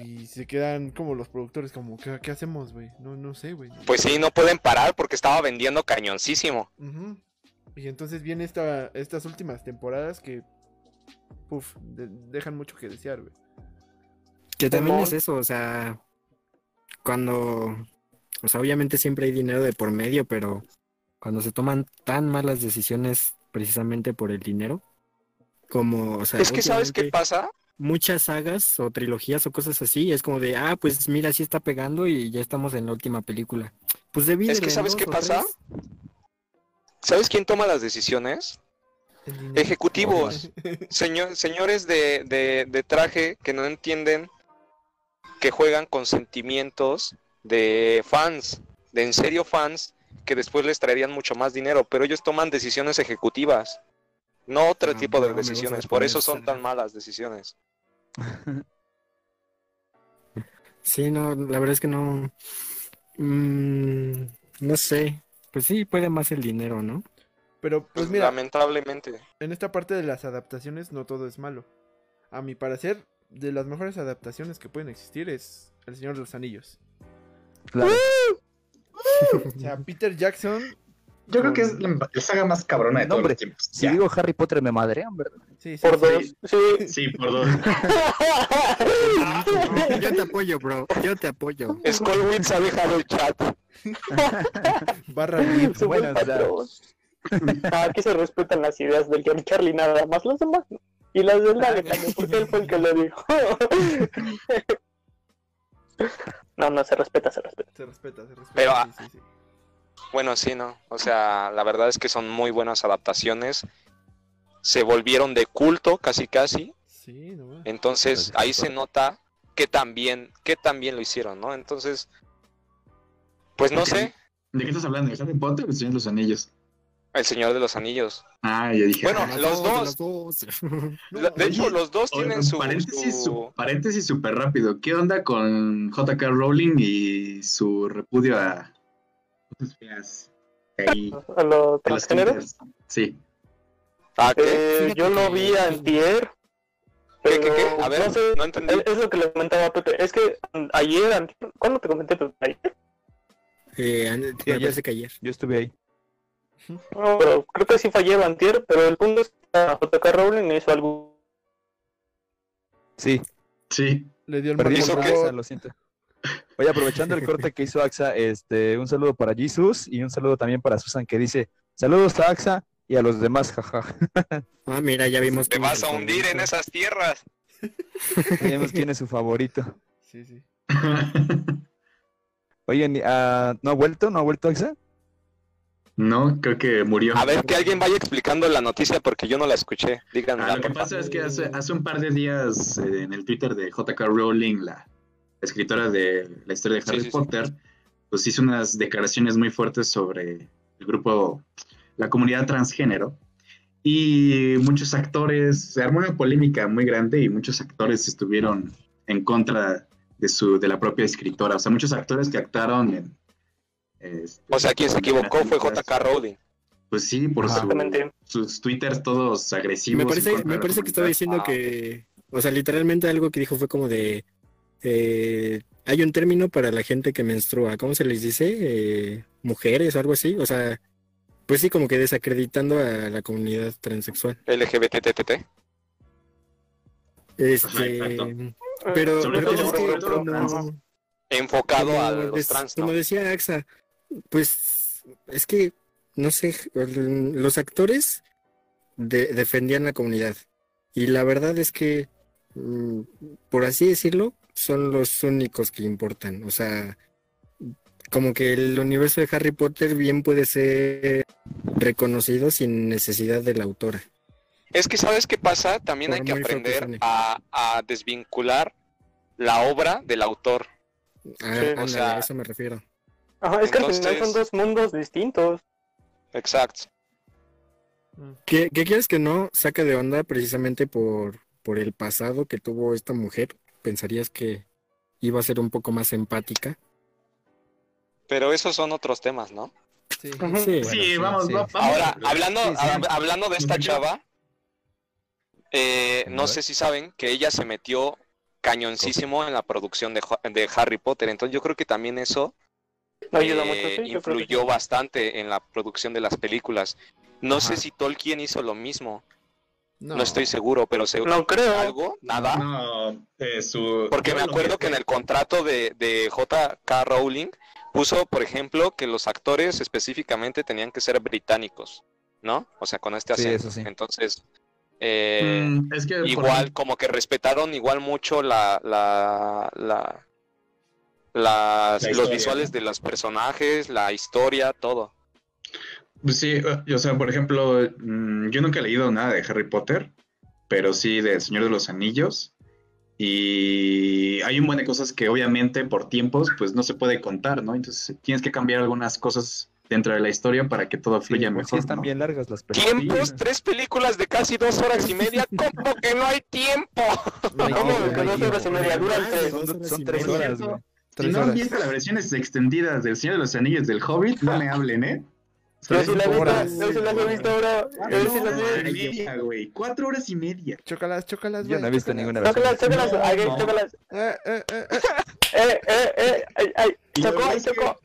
Y se quedan como los productores, como, ¿qué, qué hacemos, güey? No, no sé, güey. Pues sí, no pueden parar porque estaba vendiendo cañoncísimo. Ujú. Y entonces viene esta, estas últimas temporadas que, puf, de- dejan mucho que desear, güey. Que también Simón. es eso, o sea, cuando, o sea, obviamente siempre hay dinero de por medio, pero cuando se toman tan malas decisiones precisamente por el dinero, como, o sea, Es que ¿sabes qué últimamente pasa? muchas sagas o trilogías o cosas así, es como de, ah, pues mira, sí está pegando y ya estamos en la última película. Pues de Es que ¿sabes qué pasa? ¿Sabes quién toma las decisiones? El dinero. Ejecutivos. Señor- señores de, de- de traje que no entienden que juegan con sentimientos de fans, de en serio fans, que después les traerían mucho más dinero, pero ellos toman decisiones ejecutivas, no otro Ah, tipo de no me gusta decisiones, por eso son ponerse. tan malas decisiones. Sí, no, la verdad es que no. mm, no sé. Pues sí, puede más el dinero, ¿no? Pero pues mira, lamentablemente. en esta parte de las adaptaciones no todo es malo. A mi parecer, de las mejores adaptaciones que pueden existir es El Señor de los Anillos. Claro. O sea, Peter Jackson, Yo creo que es la, la saga más cabrona de No, todos hombre, los tiempos. Si Ya. digo Harry Potter, me madrean, ¿verdad? sí, sí, Por sí. dos. [LAUGHS] Sí. [LAUGHS] Sí, por dos. Yo te apoyo, bro. Yo te apoyo. Skullwitz ha dejado el chat. barra libre. [LAUGHS] Su buen Bueno, o sea- patrón. Ah, Aquí se respetan las ideas del John Charlie nada más, las demás no. Y las del Ah, Nugget también, porque él fue el que lo dijo. [LAUGHS] No, no, se respeta, se respeta. Se respeta, se respeta. Pero, sí, sí, sí. Bueno, sí, no. O sea, la verdad es que son muy buenas adaptaciones. Se volvieron de culto, casi casi. Sí, no va. Entonces, ahí se nota que también, que también lo hicieron, ¿no? Entonces, pues no Ok. sé, ¿De qué estás hablando? ¿De Harry Potter o El Señor de los Anillos? El Señor de los Anillos. Ah, ya dije. Bueno, ah, A las los dos, a las dos. No, La- de oye, hecho, los dos Oye, tienen su, paréntesis, su- su- paréntesis súper rápido. ¿Qué onda con JK Rowling y su repudio a otras feas ahí, ¿A los a las transgéneros? tímidas? Sí. Ah, ¿qué? Eh, Fíjate yo lo que- vi antier. ¿Qué, qué, qué? pero A ver, no sé, no entendí. es lo que le comentaba a Pepe. Es que mm, ayer, antier- ¿cuándo te comenté, Pepe? Ayer. [LAUGHS] Eh, an- me ayer. parece que ayer. Yo estuve ahí. No, pero creo que sí fue ayer o antier, pero el punto es que la JK Rowling hizo algo Ah, Sí, Sí. [LAUGHS] le dio el perdí mal ¿Hizo por por qué? Axa, favor. lo siento. Oye, aprovechando [LAUGHS] el corte que hizo Axa, este, un saludo para Jesus y un saludo también para Susan que dice, saludos a Axa y a los demás, jaja. Ah, mira, ya vimos. Te quién es vas el a hundir en favorito. esas tierras. Sabemos quién es su favorito. Sí, sí. Oye, ni- ah, ¿no ha vuelto? ¿No ha vuelto Axa? no, creo que murió. A ver, que alguien vaya explicando la noticia porque yo no la escuché. Díganme. Ah, lo que pasa es que hace, hace un par de días eh, en el Twitter de JK Rowling, la escritora de la historia de Sí, Harry sí, sí. Potter, pues hizo unas declaraciones muy fuertes sobre el grupo, la comunidad transgénero. Y muchos actores, se armó una polémica muy grande y muchos actores estuvieron en contra de, su, de la propia escritora. O sea, muchos actores que actuaron en... este, O sea, quien se equivocó fue JK Rowling. Pues sí, por Ajá. su- exactamente. sus twitters todos agresivos. Me en parece, contra de me la parece que estaba comunidad. diciendo Ah. que, o sea, literalmente algo que dijo fue como de, eh, hay un término para la gente que menstrua, ¿cómo se les dice? Eh, mujeres o algo así, o sea, pues sí, como que desacreditando a la comunidad transexual. LGBTTT. Ajá, Este, exacto. pero, Sobre pero todo, es que sobre todo, como- ajá. Enfocado a los des- trans, como ¿no? decía Axa, pues es que, no sé, el- los actores de- defendían la comunidad. Y la verdad es que, mm, por así decirlo, son los únicos que importan. O sea, como que el universo de Harry Potter bien puede ser reconocido sin necesidad de la autora. Es que, ¿sabes qué pasa? También Por hay que muy feo que aprender suene. a, a desvincular la obra del autor. Ah, Sí, o ándale, sea, a eso me refiero. Ajá, es que al final Entonces- son dos mundos distintos. Exacto. ¿Qué, qué quieres que no saca de onda precisamente por, por el pasado que tuvo esta mujer? ¿Pensarías que iba a ser un poco más empática? Pero esos son otros temas, ¿no? Sí. Ujú. Sí, Sí, Ah, Bueno, sí, vamos, sí. va- vamos. Ahora, hablando, ah, Sí, sí. hab- hablando de esta chava, eh, A no ver. sé si saben que ella se metió cañoncísimo en la producción de, Jo- de Harry Potter. Entonces yo creo que también eso No ayuda eh, mucho, sí. yo creo que sí. influyó bastante en la producción de las películas. No sé si Tolkien hizo lo mismo, no, estoy seguro, pero se... No creo. algo, nada. No, eh, su- ah, Porque me todo lo acuerdo que en este el contrato de, de J.K. Rowling puso, por ejemplo, que los actores específicamente tenían que ser británicos, ¿no? O sea, con este Sí, acento. eso sí. Entonces, eh, Mm, es que por igual, ahí- como que respetaron igual mucho la, la, la, las- La los historia, visuales ¿no? de los personajes, la historia, todo. pues sí, eh, o sea, por ejemplo, mm, yo nunca he leído nada de Harry Potter, pero sí de El Señor de los Anillos. Y hay un buen de cosas que obviamente por tiempos pues no se puede contar, ¿no? Entonces tienes que cambiar algunas cosas dentro de la historia para que todo Sí, fluya pues mejor. sí están ¿no? bien largas las Tiempos, películas. tres películas de casi dos horas y media. ¿Cómo que no hay tiempo? No hay No, tiempo, güey, no con hay dos tiempo. horas y media duran tres. Son, son Dos tres horas y media. horas, güey. Si Tres no han horas. visto las versiones extendidas del Señor de los Anillos del Hobbit, no me hablen, ¿eh? Yo sí Tres las he horas. visto, yo sí las he visto ahora. Yo sí las Cuatro horas he y media, güey. Cuatro horas y media. Chócalas, chócalas, Yo güey, no he visto chócalas. ninguna versión. Chócalas, chócalas, ay, chócalas. Eh, eh, eh, eh. Eh, eh, eh, ay, ay, Y la chocó, verdad ay, es que- chocó.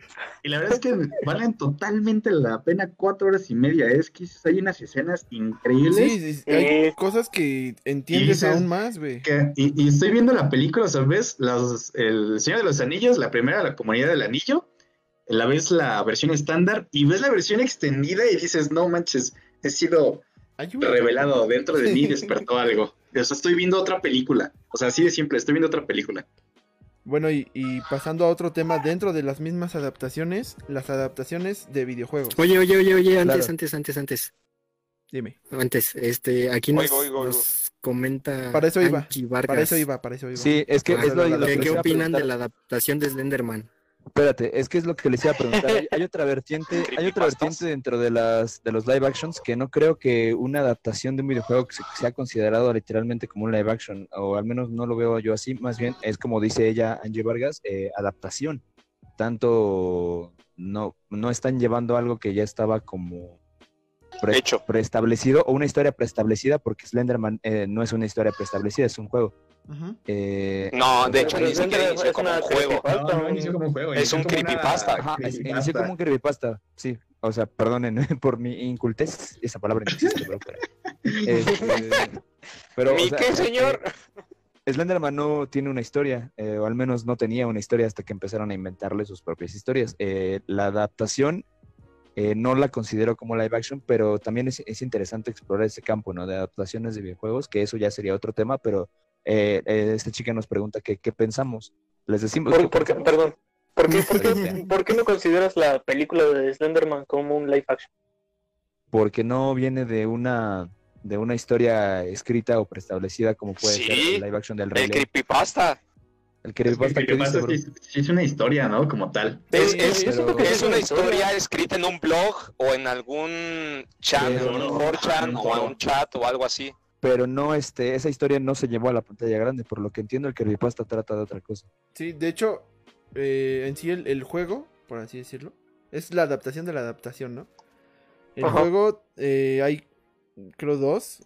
Y la verdad es que valen totalmente la pena cuatro horas y media. Es que hay unas escenas increíbles. Sí, sí, hay cosas que Y entiendes Eh, dices- aún más, güey. Que- y, y estoy viendo la película, ¿sabes? Las, el Señor de los Anillos, la primera, la comunidad del anillo, la ves la versión estándar y ves la versión extendida y dices, no manches, he sido Ay, güey. revelado dentro de [LAUGHS] mí, despertó algo. O sea, estoy viendo otra película. O sea, así de simple, estoy viendo otra película. Bueno, y, y pasando a otro tema, dentro de las mismas adaptaciones, las adaptaciones de videojuegos. Oye, oye, oye, oye, antes, Claro. antes, antes, antes. Dime, Antes, este, aquí Oigo, nos, oigo, oigo. nos comenta Para eso iba, Angie Vargas. para eso iba, para eso iba. Sí, es que Ah, es lo, lo ¿Qué, que les qué iba a opinan de preguntar. la adaptación de Slenderman? Espérate, es que es lo que les iba a preguntar. Hay, hay otra vertiente, hay otra vertiente dentro de las de los live actions que no creo que una adaptación de un videojuego que se- sea considerado literalmente como un live action, o al menos no lo veo yo así. Más bien es como dice ella, Angie Vargas, eh, adaptación. Tanto no no están llevando algo que ya estaba como pre- Hecho. preestablecido o una historia preestablecida, porque Slenderman eh, no es una historia preestablecida, es un juego. Ujú. Eh, No, de hecho, Pero ni siquiera es- inició es como una un juego. creepypasta, un- como juego. Es inició un como una creepypasta. Ajá, es- inició como [LAUGHS] un creepypasta, sí. O sea, perdonen [LAUGHS] por mi incultez, esa palabra no existe, pero... pero- Este, pero, o ¿Mi sea, qué, señor? eh, Slenderman no tiene una historia, eh, o al menos no tenía una historia hasta que empezaron a inventarle sus propias historias. Eh, la adaptación eh, no la considero como live action, pero también es, es interesante explorar ese campo, ¿no? De adaptaciones de videojuegos, que eso ya sería otro tema, pero eh, eh, esta chica nos pregunta que, qué pensamos. Les decimos... ¿Por, qué por qué- pensamos. perdón. ¿Por qué, por, qué, Ahorita. por qué no consideras la película de Slenderman como un live action? porque no viene de una de una historia escrita o preestablecida como puede ser Sí, el live action del Rey El León. creepypasta. El Es que creepypasta lo que que pasa dice, es bro. que sí- sí es una historia, ¿no? Como tal. Es, Sí, es- yo siento que pero- es una historia escrita en un blog o en algún chat, Pero en no. un 4chan o a un chat o algo así. pero no este esa historia no se llevó a la pantalla grande, por lo que entiendo el creepypasta trata de otra cosa. Sí, de hecho, eh, en sí el, el juego, por así decirlo, es la adaptación de la adaptación, ¿no? El Ajá. juego eh, hay, creo, dos.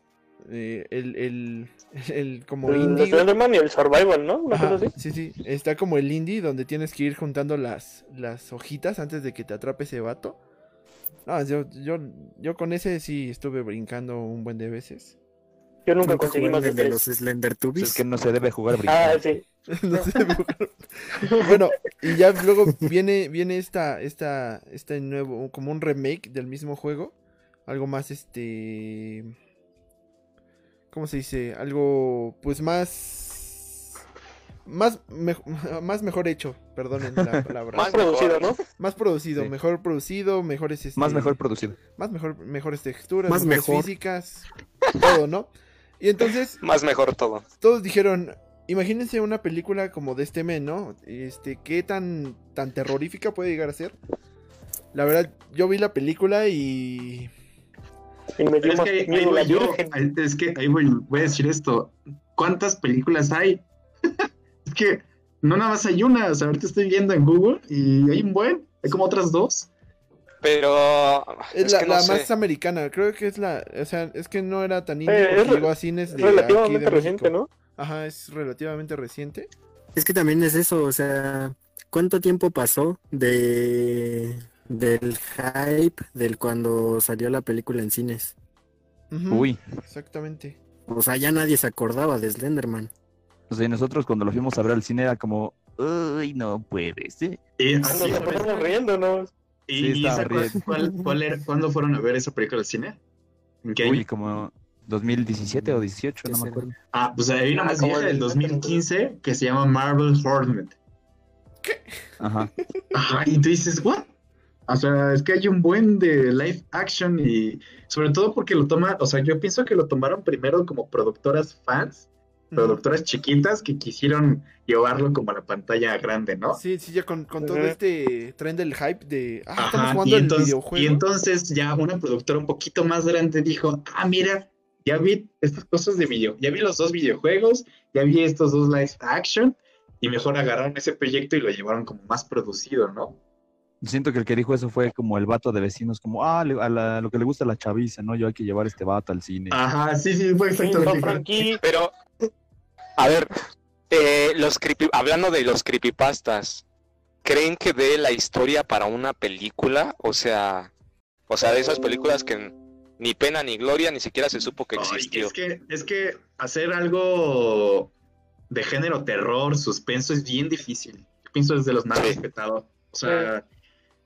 Eh, el, el, [LAUGHS] el como El indie. Slenderman y el Survival, ¿no? Una Ajá, cosa así. sí, sí. Está como el indie donde tienes que ir juntando las, las hojitas antes de que te atrape ese vato. No, yo, yo, yo con ese sí estuve brincando un buen de veces. [LAUGHS] Yo nunca Nunca conseguí jugaron más de el de tres. los Slender O sea, Pues es Tubbies. que no se debe jugar Ah, brincando. sí. No [LAUGHS] sé, pero- bueno, y ya luego viene, viene esta, esta, este nuevo, como un remake del mismo juego. Algo más, este... ¿Cómo se dice? Algo, pues más... Más, mej- [LAUGHS] más mejor hecho, perdonen la palabra. [LAUGHS] Más Más producido, mejor. ¿no? Más producido, Sí. mejor producido, mejores este, Más mejor producido. más mejor mejores texturas, Más mejores mejor. físicas, todo, ¿no? Y entonces Más mejor todo. todos dijeron, imagínense una película como de este men, ¿no? Este, qué tan tan terrorífica puede llegar a ser. La verdad, yo vi la película y Y me dio Pero es más que ahí- ahí miedo la voy yo, virgen. ahí- es que ahí voy, voy a decir esto. ¿Cuántas películas hay? [LAUGHS] es que no nada más hay una. O sea, ahorita estoy viendo en Google y hay un buen. Hay como otras dos. Pero es, es, la, que no la sé. más americana, creo que es la, o sea, es que no era tan indie Eh, es porque re- llegó a cines de aquí Relativamente de reciente, México. ¿no? Ajá, es relativamente reciente. Es que también es eso, o sea, ¿cuánto tiempo pasó de del hype del cuando salió la película en cines? Ujú, Uy, Exactamente. O sea, ya nadie se acordaba de Slenderman. o sea, nosotros cuando lo fuimos a ver al cine era como, uy, no puede ser. Y Ah, así, Nos ¿sabes? estamos riendo, ¿no? Y- Sí, y estaba esa- cuál- riendo. cuál- cuál era- ¿Cuándo fueron a ver esa película al cine? ¿En qué Uy, año? como 2017 o 18, ¿Qué no me será? acuerdo. Ah, pues hay una Ah, más como vieja el- del 2015 que se llama Marvel Hornet. Ajá. Ajá, y tú dices, ¿what? O sea, es que hay un buen de live action y sobre todo porque lo toma, o sea, yo pienso que lo tomaron primero como productoras fans productoras chiquitas que quisieron llevarlo como a la pantalla grande, ¿no? Sí, sí, ya con, con todo Ajá. este tren del hype de. Ah, estamos Ajá, jugando y, el entonces, videojuego. y entonces ya una productora un poquito más grande dijo, ah, mira, ya vi estas cosas de video, ya vi los dos videojuegos, ya vi estos dos live action, y mejor agarraron ese proyecto y lo llevaron como más producido, ¿no? Siento que el que dijo eso fue como el vato de vecinos, como, ah, le- a la- lo que le gusta a la chaviza, ¿no? Yo hay que llevar este vato al cine. Ajá, sí, sí, fue exacto. lo que Don dijo. Frankie, Pero, a ver, eh, los creepy- hablando de los creepypastas, ¿creen que dé la historia para una película? O sea, o sea, de esas películas que ni pena ni gloria ni siquiera se supo que Ay, existió. es, que, es que hacer algo de género terror, suspenso, es bien difícil. Yo pienso desde los más Sí. respetados. O sea,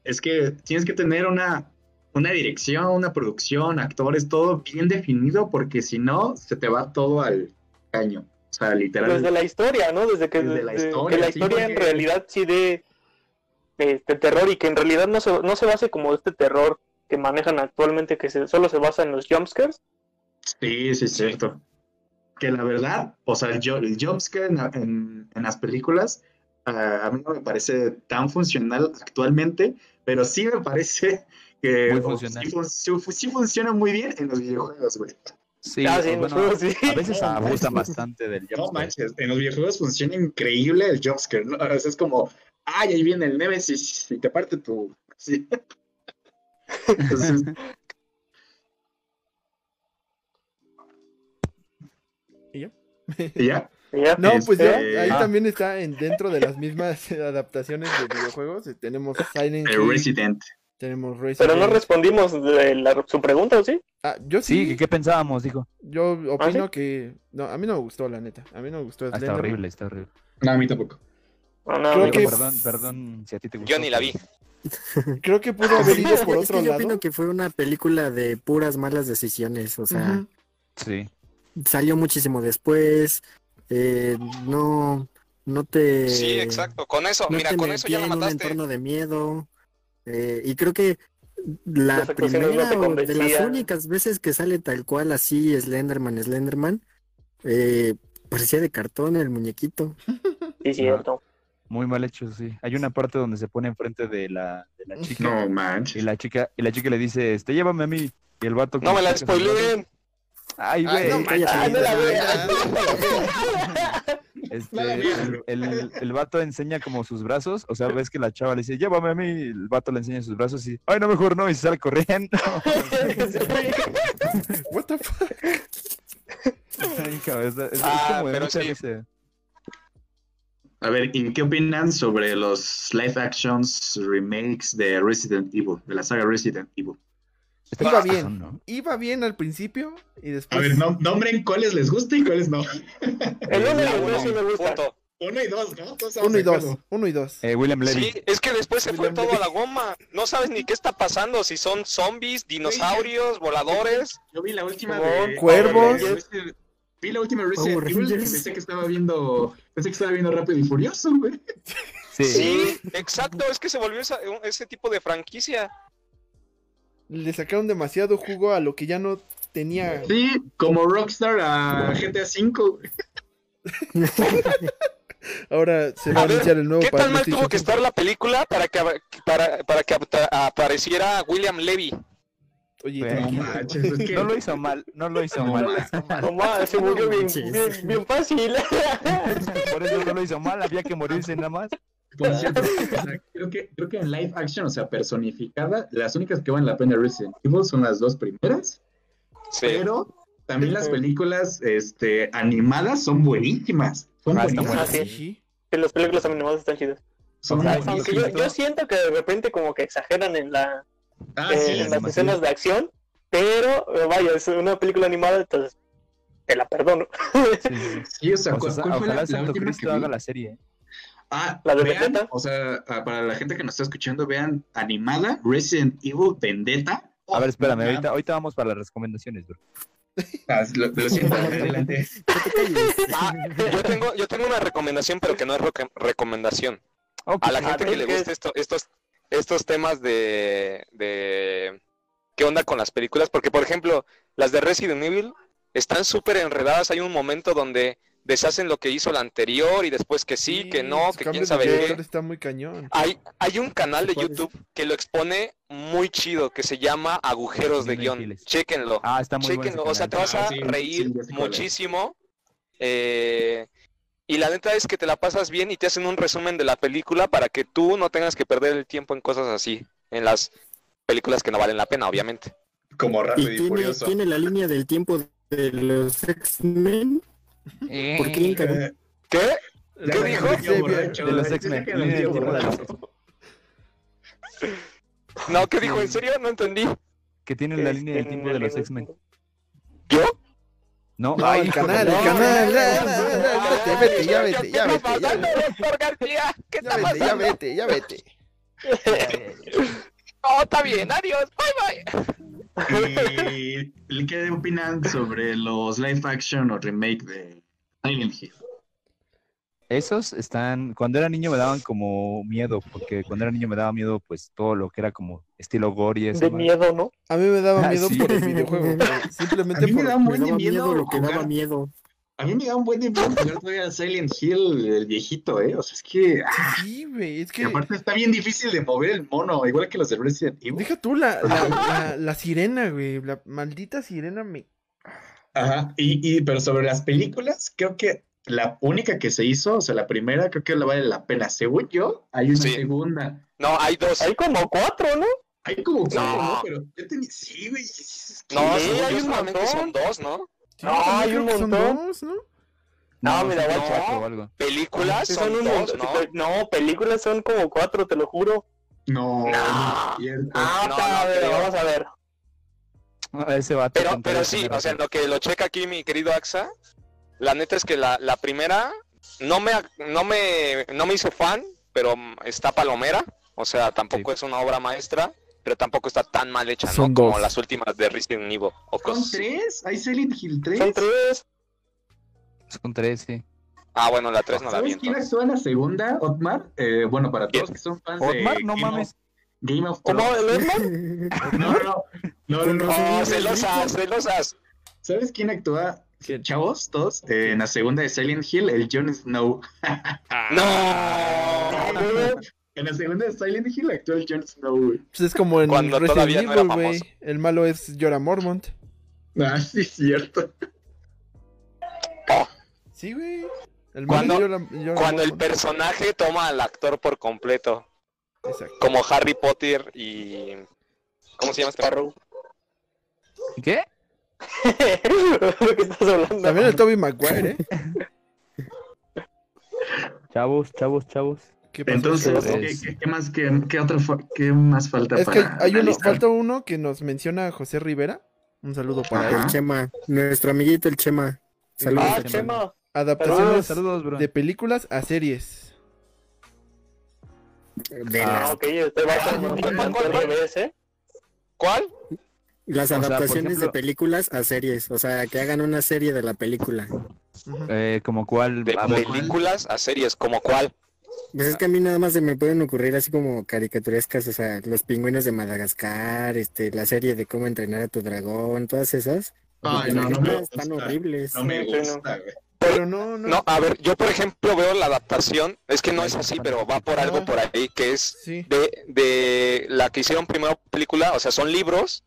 es que tienes que tener una, una dirección, una producción, actores, todo bien definido, porque si no, se te va todo al caño. O sea, Pues desde literal. la historia, ¿no? Desde que Desde la de- que historia, la sí, historia en porque- realidad sí de este terror y que en realidad no se, no se base como este terror que manejan actualmente, que se- solo se basa en los jumpscares. Sí, sí, es cierto. Que la verdad, o sea, el, jo- el jumpscare en, en- en las películas ah, a mí no me parece tan funcional actualmente, pero sí me parece que Muy o, funcional. sí fun- sí, fu- sí funciona muy bien en los videojuegos, güey. Sí, Ah, o sí, en los bueno, juegos, sí. a veces abusan bastante del No jumpscare. manches, en los videojuegos funciona increíble el jumpscare, ¿no? O sea, es como, ay, ahí viene el Nemesis y te parte tu... [LAUGHS] sí. Entonces, ¿y ya? Y ya. [LAUGHS] No, pues ya, Este, ahí ah. también está en, dentro de las mismas [LAUGHS] adaptaciones de videojuegos. eh, Tenemos Silent El Hill, Resident. tenemos Resident Pero no respondimos de la- su pregunta, ¿o sí? Ah, yo sí, Sí, ¿qué- ¿qué pensábamos? Dijo, yo opino que... No, a mí no me gustó, la neta. A mí no me gustó. Pues ah, está Slenderman. horrible, está horrible. No, a mí tampoco. Ah, no, Creo Digo, que- Perdón, perdón si a ti te gustó. Yo ni la vi. Creo que pudo haber Sí, ido es que- Ah, por es que otro yo lado. opino que fue una película de puras malas decisiones. O sea, Ujú. Sí. salió muchísimo después. eh, no, no te. Sí, exacto. Con eso, Eh, no mira, te con eso metía ya la en un mataste. entorno de miedo. eh, y creo que la Las actuaciones no primera te o de las convencían. únicas veces que sale tal cual así Slenderman, Slenderman, eh, parecía de cartón el muñequito. sí, cierto. Muy mal hecho, sí. Hay una parte donde se pone enfrente de la, de la chica No y manches. la chica y la chica le dice, este, llévame a mí. Y el vato... No me la spoilé [LAUGHS] spoileen. Ay, Ay, güey. no manches. cállate. Ah, no la veo. Este, Nada bien. el, el- el vato enseña como sus brazos, o sea, ves que la chava le dice, llévame a mí, y el vato le enseña sus brazos y, ay, no, mejor no, y se sale corriendo. [LAUGHS] What the fuck? Ay, cabrón, está- es, es Ah, como de pero mucha sí. risa. A ver, ¿y qué opinan sobre los live actions remakes de Resident Evil, de la saga Resident Evil? Está Iba chistoso, bien. ¿no? Iba bien al principio y A después... ver, no- nombren cuáles les gusta y cuáles no. Eh, El uno y el dos sí me gusta. Punto. Uno y dos, ¿no? Todos estamos Uno y de dos, acuerdo. uno y dos. Eh, William Levy. Sí, es que después se fue todo a la goma. No sabes ni qué está pasando, si son zombies, dinosaurios, voladores. Yo vi la última Como de cuervos. de Resident- Vi la última de Resident Power Evil y Rangers. pensé que estaba viendo, pensé que estaba viendo Rápido y Furioso, güey. Sí. Sí, exacto, es que se volvió esa- ese tipo de franquicia. Le sacaron demasiado jugo a lo que ya no tenía. Sí, como Rockstar a GTA V. güey. Ahora se va a A ver, anunciar el nuevo ¿Qué para tan mal tuvo PlayStation que estar la película para que, para, para que apta- apareciera William Levy? cinco. Oye, Bueno. No tranquilo. manches, es que- No lo hizo mal, [LAUGHS] no lo hizo mal. No más, se murió bien, manches. bien, bien fácil. [LAUGHS] Por eso no lo hizo mal, había que morirse nada más. Por cierto, o sea, creo, que, creo que en live action, o sea, personificada, las únicas que valen la pena de Resident Evil son las dos primeras, Sí. pero también las películas este, animadas son buenísimas. Son Ah, están buenísimas. buenas. sí. Que las películas animadas están chidas. Son O sea, buenísimas. Aunque yo, yo siento que de repente como que exageran en, la, Ah, eh, sí, en la- las animación. escenas de acción, pero eh, vaya, es una película animada, entonces te la [LAUGHS] perdono. Sí, sí, sí. sí, o sea, O ¿cuál, sea, cuál fue la, ojalá la Santo última que Cristo vi? haga la serie. ¿eh? Ah, ¿La de vean, Vendetta? o sea, ah, para la gente que nos está escuchando, vean animada Resident Evil Vendetta. A Oh, ver, espérame, Ah, ahorita, ahorita vamos para las recomendaciones, bro. ah, Lo, lo siento, adelante. Que te calles. Ah, yo, tengo, yo tengo una recomendación, pero que no es roca- recomendación. Ok. A [LAUGHS] la gente que le ver, ¿qué? guste esto- estos, estos temas de, de qué onda con las películas, porque por ejemplo, las de Resident Evil están súper enredadas. Hay un momento donde deshacen lo que hizo la anterior y después que sí, que no, su que cambio quién de sabe director qué. Está muy cañón. Hay, hay un canal de ¿Cuál es? YouTube que lo expone muy chido, que se llama Agujeros de Ni me Guión. files. Chéquenlo. Ah, está muy bueno. ese Chequenlo, o sea, canal. te vas Ah, a sí, reír sí, ya sé cuál es. muchísimo. eh, y la neta es que te la pasas bien y te hacen un resumen de la película para que tú no tengas que perder el tiempo en cosas así, en las películas que no valen la pena, obviamente. Como Y rápido y, tiene, furioso. tiene la línea del tiempo de los X-Men. ¿Por qué encamin- Eh, ¿Qué? ya ¿Qué me dijo? sentí borracho, De los eh, X-Men. ya me sentí Línea del tiempo de los borracho. No, ¿qué dijo? ¿En serio? No entendí. Que tienen Este, la línea del tiempo de los X-Men. ¿Yo? No, No, ay, el hijo canal, de- el canal. ya, ya, ya, ya, Ay, Vete, vete, ya ¿qué vete, ya está vete, ya pasando, vete. doctor García? ¿Qué Ya está vete, ya pasando? vete, ya vete. No, está bien, adiós, bye bye. ¿Y ¿le- qué opinan sobre los live action o remake de Silent Hill? Esos están, cuando era niño me daban como miedo, porque cuando era niño me daba miedo pues todo lo que era como estilo gore y eso. De miedo, ¿no? A mí me daba Ah, miedo sí. por el videojuego. [LAUGHS] pero A Simplemente mí me por. da un Me buen de daba miedo miedo lo que daba jugar- miedo. A mí me da un buen de miedo jugar todavía a Silent Hill, el viejito, ¿eh? O sea, es que... ah, Sí, güey. Es y que. aparte está bien difícil de mover el mono, igual que los de Resident Evil. Deja tú [LAUGHS] la, la, la, la sirena, güey. La maldita sirena me. Ajá, y, y- pero sobre las películas, creo que la única que se hizo, o sea, la primera, creo que la vale la pena. Según yo, hay una Sí. segunda. No, hay dos. Hay como cuatro, ¿no? Hay como cuatro, No. ¿no? Pero yo tenía... Sí, güey. es que- No, Sí, según hay yo un solamente montón. son dos, ¿no? Sí, No, también hay creo un que son montón. dos, ¿no? No, No, mira, son guacha. cuatro o algo. Películas Sí, son un dos, montón. ¿no? No, películas son como cuatro, te lo juro. No, no No. es cierto. Ah, no, pero no, a ver, pero- vamos a ver. Ah, Ese vato. Pero, con todo pero el sí, género. o sea, en lo que lo checa aquí mi querido Axa, la neta es que la, la primera no me, no, me, no me hizo fan, pero mm, está palomera, o sea, tampoco es una obra maestra, pero tampoco está tan mal hecha, ¿no? Son Como dos. las últimas de Resident Evil o ¿Son cosas. tres? ¿Hay Silent Hill 3? Son tres. Son tres, sí. Ah, bueno, la tres no la vi ¿Sabes quién entonces. actúa en la segunda? Otmar. Eh, bueno, para todos que son fans de Otmar, no Game mames. of- Game of ¿Cómo? Thrones. ¿El [LAUGHS] Edmond? No, no, no, no, no. Oh, celosas, celosas. ¿Sabes quién actúa? ¿Quién? Chavos, todos, eh, en la segunda de Silent Hill, el Jon Snow. [LAUGHS] No. en la segunda de Silent Hill actúa el Jon Snow, güey. Pues es como en Cuando Resident todavía Evil, no era güey. famoso. El malo es Jorah Mormont. Ah, sí, es cierto. Sí, güey. El Cuando- malo es Jorah, Jorah Cuando el Mormont. personaje toma al actor por completo, Exacto. como Harry Potter y... ¿Cómo se llama este? Sparrow. ¿Qué? Lo que estás hablando. También el Toby Maguire, ¿eh? Chavos, chavos, chavos. ¿Qué pasó? Entonces, eh, Pues- ¿qué, qué- qué más, qué, qué otra fa- qué más falta es que para hay uno, analizar? falta uno que nos menciona José Rivera. Un saludo para él. Ajá. El Chema, nuestro amiguito el Chema. Saludos. Ah, Saludos, Chema. Adaptaciones Saludos, bro. pues, de películas a series. de Ah, las, ok, este va a ser no, un no, tanto no. al revés, ¿eh? ¿Cuál? las O sea, por adaptaciones ejemplo- de películas a series. O sea, que hagan una serie de la película. Ujú. Eh, como cuál. De A ver, películas a series, ¿como cuál? Pues es que a mí nada más se me pueden ocurrir así como caricaturescas. O sea, los pingüinos de Madagascar, este, la serie de cómo entrenar a tu dragón, todas esas. Ay, Porque no, las no me demás gusta. están horribles. No me Sí, sí, no. gusta, güey. Pero no, no. No, a ver, yo por ejemplo veo la adaptación, es que no es así, pero va por algo por ahí, que es Sí. de, de la que hicieron primero película, o sea, son libros,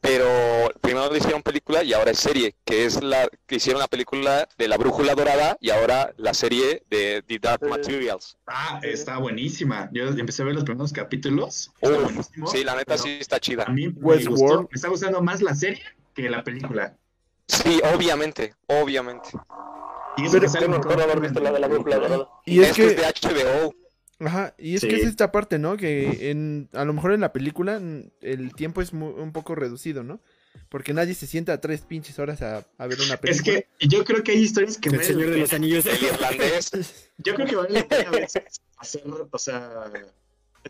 pero primero le hicieron película y ahora es serie, que es la que hicieron la película de La Brújula Dorada y ahora la serie de The Dark Sí. Materials. Ah, está buenísima. Yo empecé a ver los primeros capítulos. Está Uf, Oh, buenísimo. sí, la neta pero sí está chida. A mí me, Westworld. gustó, me está gustando más la serie que la película. Sí, obviamente, obviamente. Y eso Pero que sale yo no recuerdo haber visto la de la brújula dorada. Y es, que, es de HBO. ajá, y es Sí. que es esta parte, ¿no? Que en, a lo mejor en la película mm, el tiempo es mu- un poco reducido, ¿no? Porque nadie se sienta tres pinches horas a, a ver una Es película. que yo creo que hay historias que El valen Señor de los Anillos. [LAUGHS] El irlandés. Yo creo que vale la pena a veces hacer, o sea,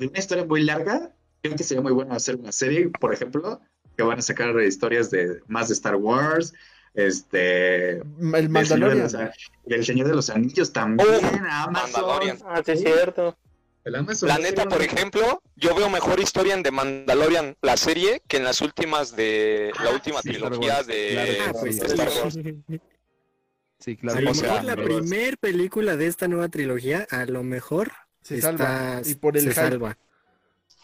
de una historia muy larga, creo que sería muy bueno hacer una serie, por ejemplo, que van a sacar historias de más de Star Wars, este, El del Señor de Mandalorian. los, del Señor de los Anillos también, Uf, Amazon. Oh, Mandalorian. Ah, sí, es cierto. El Amazon La va a neta, ser por un- ejemplo, yo veo mejor historia en The Mandalorian, la serie, que en las últimas de la última sí, trilogía Star Wars. de Claro, Ah, pues, Star Wars. Sí, claro. a lo o sea, mejor la pero- primer película de esta nueva trilogía, a lo mejor Se está- salva. Y por el se hype. salva.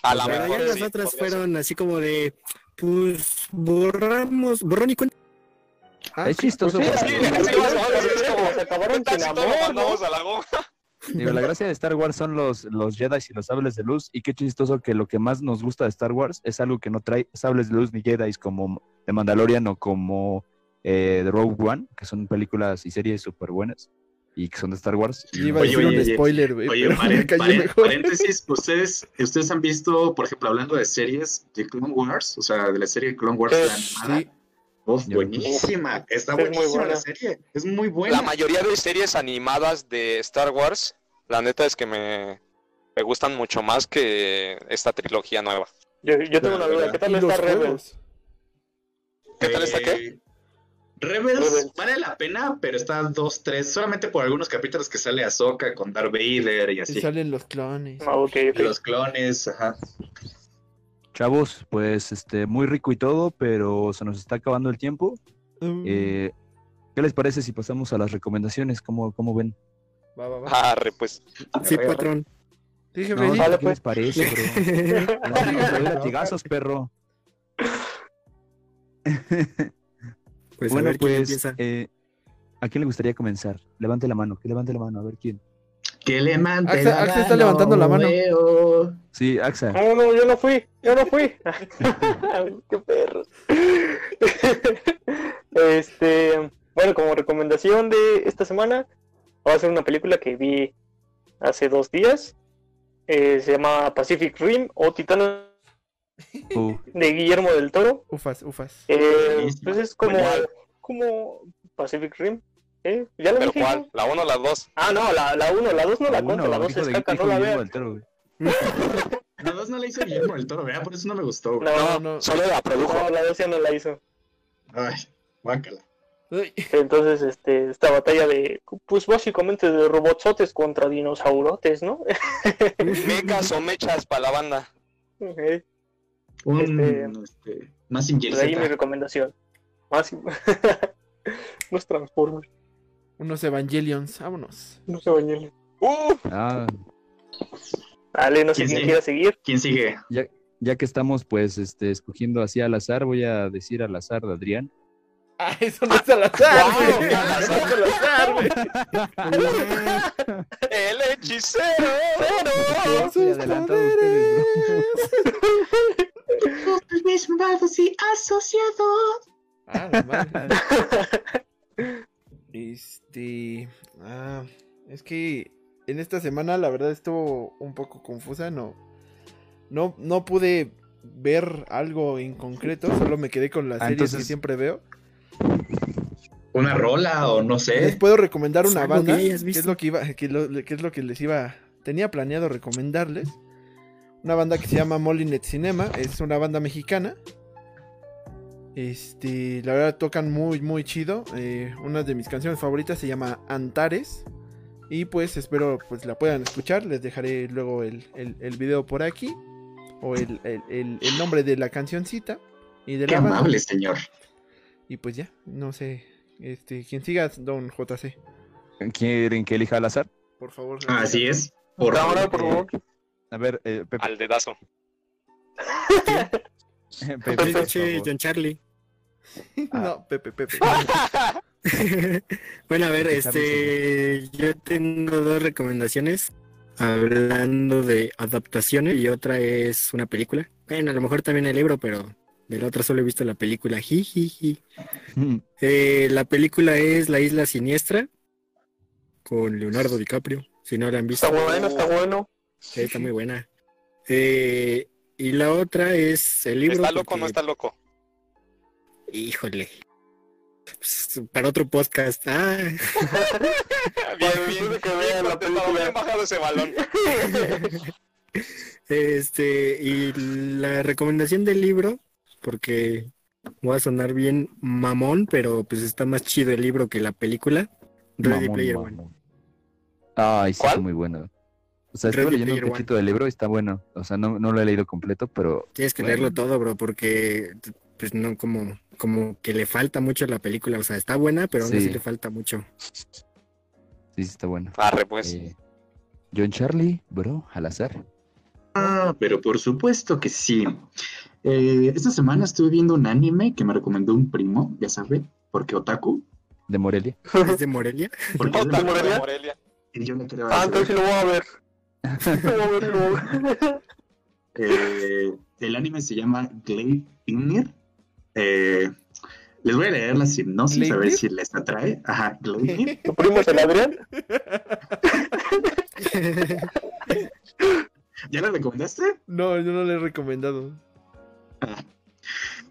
A la Pero ya mejor. las sí, otras podría ser. fueron así como de, pues borramos, borrón y cuenta. Ah, es chistoso. pues sí, porque, sí, Sí, más o menos, es como, Se acabaron ¿qué tal sin si todo amor, lo ¿no? mandamos a la goma? digo, la gracia de Star Wars son los, los Jedi y los sables de luz. Y qué chistoso que lo que más nos gusta de Star Wars es algo que no trae sables de luz ni Jedi como The Mandalorian o como eh, The Rogue One, que son películas y series súper buenas y que son de Star Wars. Yo iba a Oye, decir un oye, oye. spoiler, güey. Oye, pero pare- me cayó pare- mejor. paréntesis, ustedes, ustedes han visto, por ejemplo, hablando de series de Clone Wars, o sea, de la serie de Clone Wars, Eh, la animada. Sí, Uf, Yo- buenísima, está Es muy buenísima buena. la serie, es muy La buena. mayoría de series animadas de Star Wars, la neta es que me, me gustan mucho más que esta trilogía nueva. Yo, yo tengo una duda, ¿qué tal y está los Rebels? juegos. ¿Qué tal está qué? Eh, Rebels, Rebels. vale la pena, pero está dos, tres, solamente por algunos capítulos que sale Ahsoka con Darth Vader y Y así. salen los clones. Ah, ok, Y ok. Los clones, ajá. Chavos, pues este, muy rico y todo, pero se nos está acabando el tiempo. Mm. Eh, ¿Qué les parece si pasamos a las recomendaciones? ¿Cómo, cómo ven? Va, va, va. Arre, pues. Sí, Arre, arre. patrón. [LAUGHS] Sí, jefe, No, sí. vale, ¿Qué pues. les parece, bro? [LAUGHS] No, no, no, latigazos, perro. [LAUGHS] pues bueno, a ver quién pues, empieza. eh, ¿a quién le gustaría comenzar? Levante la mano, que levante la mano, a ver quién. Que le mante Axel- la Axel está levantando la mano. veo. Sí, Axa. Ah, No, no, yo no fui, yo no fui. Qué perro. este, bueno, como recomendación de esta semana, va a ser una película que vi hace dos días. Eh, se llama Pacific Rim o Titanes Uh, de Guillermo del Toro. Ufas, ufas. Eh, Buenísimo. pues es como, Buenísimo. como Pacific Rim. ¿Eh? ¿Ya lo ¿Pero dije? cuál? ¿no? ¿La 1 o la 2? Ah, no, la 1, la 2 no la uno, cuento, la 2 dijo es de- caca, dijo no la Guillermo vean. del Toro, güey. La dos no la hizo Guillermo del Toro, ¿verdad? Por eso no me gustó. güey. No, No, no. solo la produjo. [LAUGHS] no, la 2 ya no la hizo. Ay, guácala. Ay, Entonces, este, esta batalla de, pues básicamente de robotsotes contra dinosaurotes, ¿no? [LAUGHS] Mecas o mechas para la banda. Eh, Un, Este- este, más pues ahí mi inyección. recomendación. Más [LAUGHS] Nos transforma, unos Evangelions, vámonos. no se bañen. ¡Uh! Ah, Dale, no sé Sí, quién sí. quiera seguir. ¿Quién sigue? ya, ya que estamos, pues, este, escogiendo así al azar, voy a decir al azar de Adrián. Ah, eso no es al azar, Wow, güey. al azar. Eso no es al [LAUGHS] azar, güey. ¡El hechicero! Con Estoy sus adelantado a poderes. ustedes, Mis malvados y asociados. Ah, la madre. [LAUGHS] Este. Ah, es que en esta semana la verdad estuvo un poco confusa. No, no, no pude ver algo en concreto. Solo me quedé con las Ah, series que entonces- siempre veo. Una rola o no Les sé. puedo recomendar una Algo banda. que Que hayas es visto. lo que iba, que lo- que es lo que les iba. Tenía planeado recomendarles. Una banda que se llama Molinet Cinema. Es una banda mexicana. Este, la verdad tocan muy, muy chido. Eh, una de mis canciones favoritas se llama Antares. Y pues espero pues la puedan escuchar. Les dejaré luego el, el- el video por aquí. O el, el- el- el nombre de la cancioncita. Y de Qué la banda. amable, señor. Y pues ya, no sé. Este, quien siga, Don JC. bro. ¿Quieren que elija al azar? Por favor. Así es. Por Ahora, por favor. A ver, eh, Pepe. Al dedazo. [LAUGHS] Pepe, por Pepe, favor. John Charlie. [LAUGHS] Ah. No, [LAUGHS] Pepe, Pepe. [LAUGHS] bueno, a ver, Empezamos este, yo tengo dos recomendaciones hablando de adaptaciones y otra es una película. Bueno, a lo mejor también el libro, pero de la otra solo he visto la película. Jijiji. Mm. Eh, la película es La Isla Siniestra con Leonardo DiCaprio. Si no la han visto, Está bueno, está bueno. [LAUGHS] sí, está muy buena. Eh, y la otra es el libro. ¿Está loco o porque- no está loco? Híjole. Pues, para otro podcast. Ah. [LAUGHS] Bien, bien. que vean bien la contestado, película. bien bajado ese balón. Este, y la recomendación del libro, porque voy a sonar bien mamón, pero pues está más chido el libro que la película. Ready Mamón, Player mamón. One. Ay, sí, ¿Cuál? está muy bueno. O sea, estoy Ready leyendo un Player One. poquito del libro y está bueno. O sea, no, no lo he leído completo, pero Tienes que Bueno. leerlo todo, bro, porque pues no, como, como que le falta mucho a la película. O sea, está buena, pero aún así Sí. le falta mucho. Sí, sí, está bueno. Arre, pues. Eh, John Charlie, bro, al azar. Ah, pero por supuesto que sí. Eh, esta semana estuve viendo un anime que me recomendó un primo, ya sabe, porque Otaku. De Morelia. ¿Es de Morelia? Porque es de Otaku Morelia, de Morelia? Morelia. y yo le quiero Ah, hacer- entonces sí lo voy a ver. Lo voy a ver, lo voy a ver. Eh, el anime se llama Glade Finger. Eh, les voy a leer la sinopsis a ver ¿Glaive? si les atrae. Ajá, Glaive. ¿Tu primo es el Adrián? ¿Ya la recomendaste? No, yo no le he recomendado.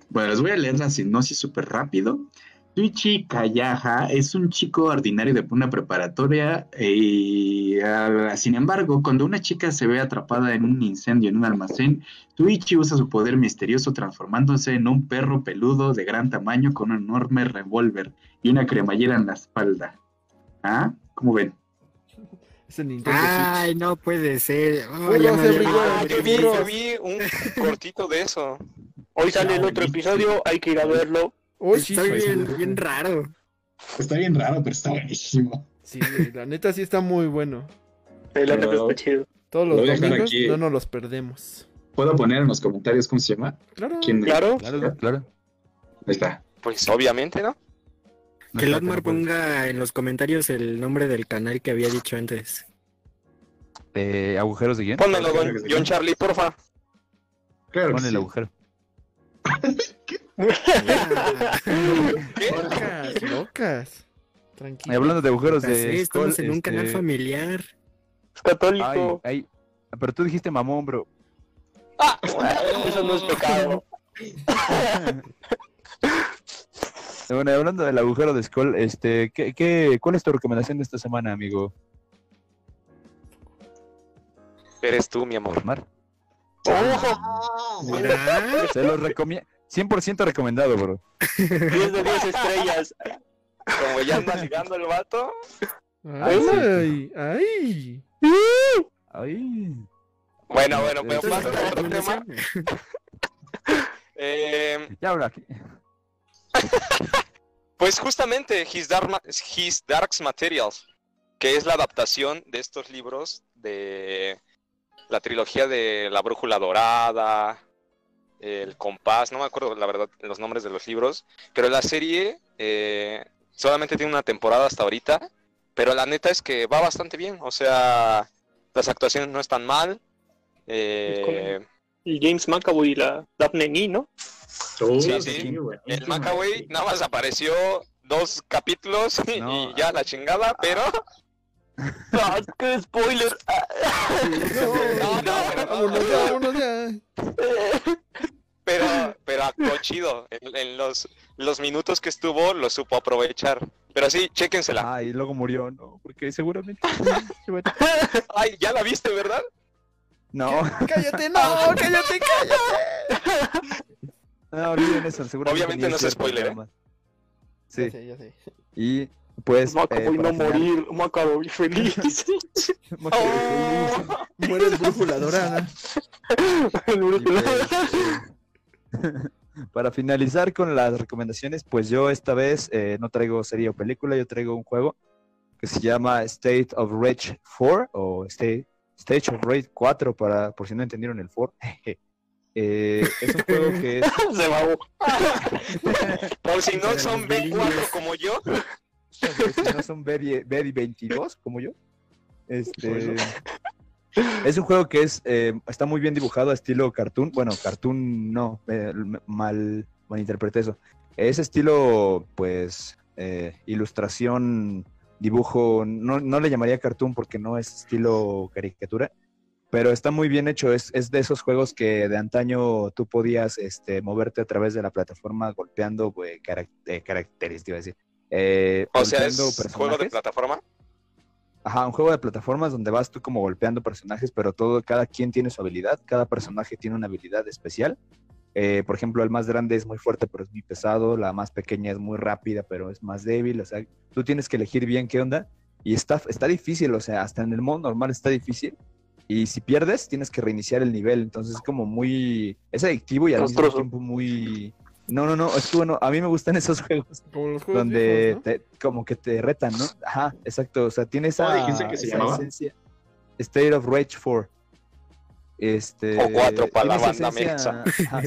Bueno, les voy a leer la sinopsis súper rápido. Tuichi Kayaha es un chico ordinario de una preparatoria y, ah, sin embargo, cuando una chica se ve atrapada en un incendio en un almacén, Tuichi usa su poder misterioso transformándose en un perro peludo de gran tamaño con un enorme revólver y una cremallera en la espalda. ¿Ah? ¿Cómo ven? Es el Nintendo Switch. Ay, no puede ser. Oh, Bueno, ya me se había brilló, olvidado Ah, de yo vi, eso. yo vi un cortito de eso. Hoy sale el otro episodio, hay que ir a verlo. Oh, sí, Está sí, bien, sí. bien raro. Está bien raro, pero está buenísimo. Sí, güey, la neta sí está muy bueno. El anime Pero- está chido. Todos Lo los voy a dejar domingos aquí. no nos los perdemos. ¿Puedo poner en los comentarios cómo se llama? Claro. ¿Quién Ahí Claro, Claro, claro. está. Pues obviamente, ¿no? No Que está Lotmar tan bueno. ponga en los comentarios el nombre del canal que había dicho antes. Eh, agujeros de guión. Pónmelo, don John Charlie, porfa. Claro Pon el agujero. Ah. Locas, locas. Tranquilo. Y hablando de agujeros de. Así, estamos Skull, en un canal este, familiar. es católico. Ay, ay, pero tú dijiste mamón, bro. [LAUGHS] Eso no es [LAUGHS] pecado. Bueno, hablando del agujero de Skull, este, ¿qué, qué, ¿cuál es tu recomendación de esta semana, amigo Eres tú, mi amor. Omar? ¡Ojo! Mira, Se los recomiendo, 100% recomendado, bro. 10 de 10 estrellas. Como ya anda ligando el vato. Ay, ay. Ay. Bueno, bueno, pero Entonces, más ¿otra otro tema. recomendación? Eh, Ya habla aquí. pues justamente His Dark, Ma- His Darks Materials, que es la adaptación de estos libros de la trilogía de La Brújula Dorada, El Compás, no me acuerdo la verdad los nombres de los libros, pero la serie eh, solamente tiene una temporada hasta ahorita, pero la neta es que va bastante bien, o sea, las actuaciones no están mal. eh, Y James McAvoy y la Daphne Nee, ¿no? Oh, sí, sí. El Macaway nada más apareció dos capítulos [LAUGHS] y, No, y ya la chingada, pero [LAUGHS] ¡Ah, ¡Qué spoiler! Ah, No, no, no, vámonos, o sea- vámonos ya. pero pero actuó chido. En, en los los minutos que estuvo lo supo aprovechar. Pero sí, chéquensela. Ay, luego murió, ¿no? Porque [LAUGHS] seguramente. Ay, ya la viste, ¿verdad? No, Cállate, no, cállate, cállate. no olviden eso, seguramente. Obviamente ni no es se cierto, spoiler, nada ¿eh? más. Ya Sí, sé, ya sé. y pues. eh, McAvoy para no final- morir, McAvoy [LAUGHS] feliz. Macaway feliz. Muere el brújula dorada. El Y, único- pues, eh, [LAUGHS] para finalizar con las recomendaciones, pues yo esta vez eh, no traigo serie o película, yo traigo un juego que se llama State of Rage 4 o State, Stage of Rage 4 para por si no entendieron el 4. [LAUGHS] Eh, es un juego que es [LAUGHS] Se babó. Por si no Pero son los B4 como yo. que si no son Betty, Betty 22 como yo. Este, es un juego que es eh, está muy bien dibujado, estilo cartoon. Bueno, cartoon no, eh, mal malinterpreté eso. Es estilo, pues, eh, ilustración, dibujo. No, no le llamaría cartoon porque no es estilo caricatura. Pero está muy bien hecho, es, es de esos juegos que de antaño tú podías este, moverte a través de la plataforma golpeando pues, carac- eh, caracteres, te iba a decir. Eh, O sea, es golpeando juego de personajes. plataforma. Ajá, un juego de plataformas donde vas tú como golpeando personajes, pero todo, cada quien tiene su habilidad, cada personaje tiene una habilidad especial. Eh, por ejemplo, el más grande es muy fuerte, pero es muy pesado, la más pequeña es muy rápida, pero es más débil, o sea, tú tienes que elegir bien qué onda. Y está, está difícil, o sea, hasta en el modo normal está difícil. Y si pierdes, tienes que reiniciar el nivel, entonces es como muy... Es adictivo y al mismo Castroso. tiempo muy... No, no, no, es que bueno, a mí me gustan [LAUGHS] esos juegos Como los juegos donde viejos, Pues, ¿no? te- como que te retan, ¿no? Ajá, exacto, o sea, tiene esa, ¿Cómo dijiste que se esa llamaba? esencia. State of Rage 4. Este, O cuatro para la tiene esa banda esencia- ajá,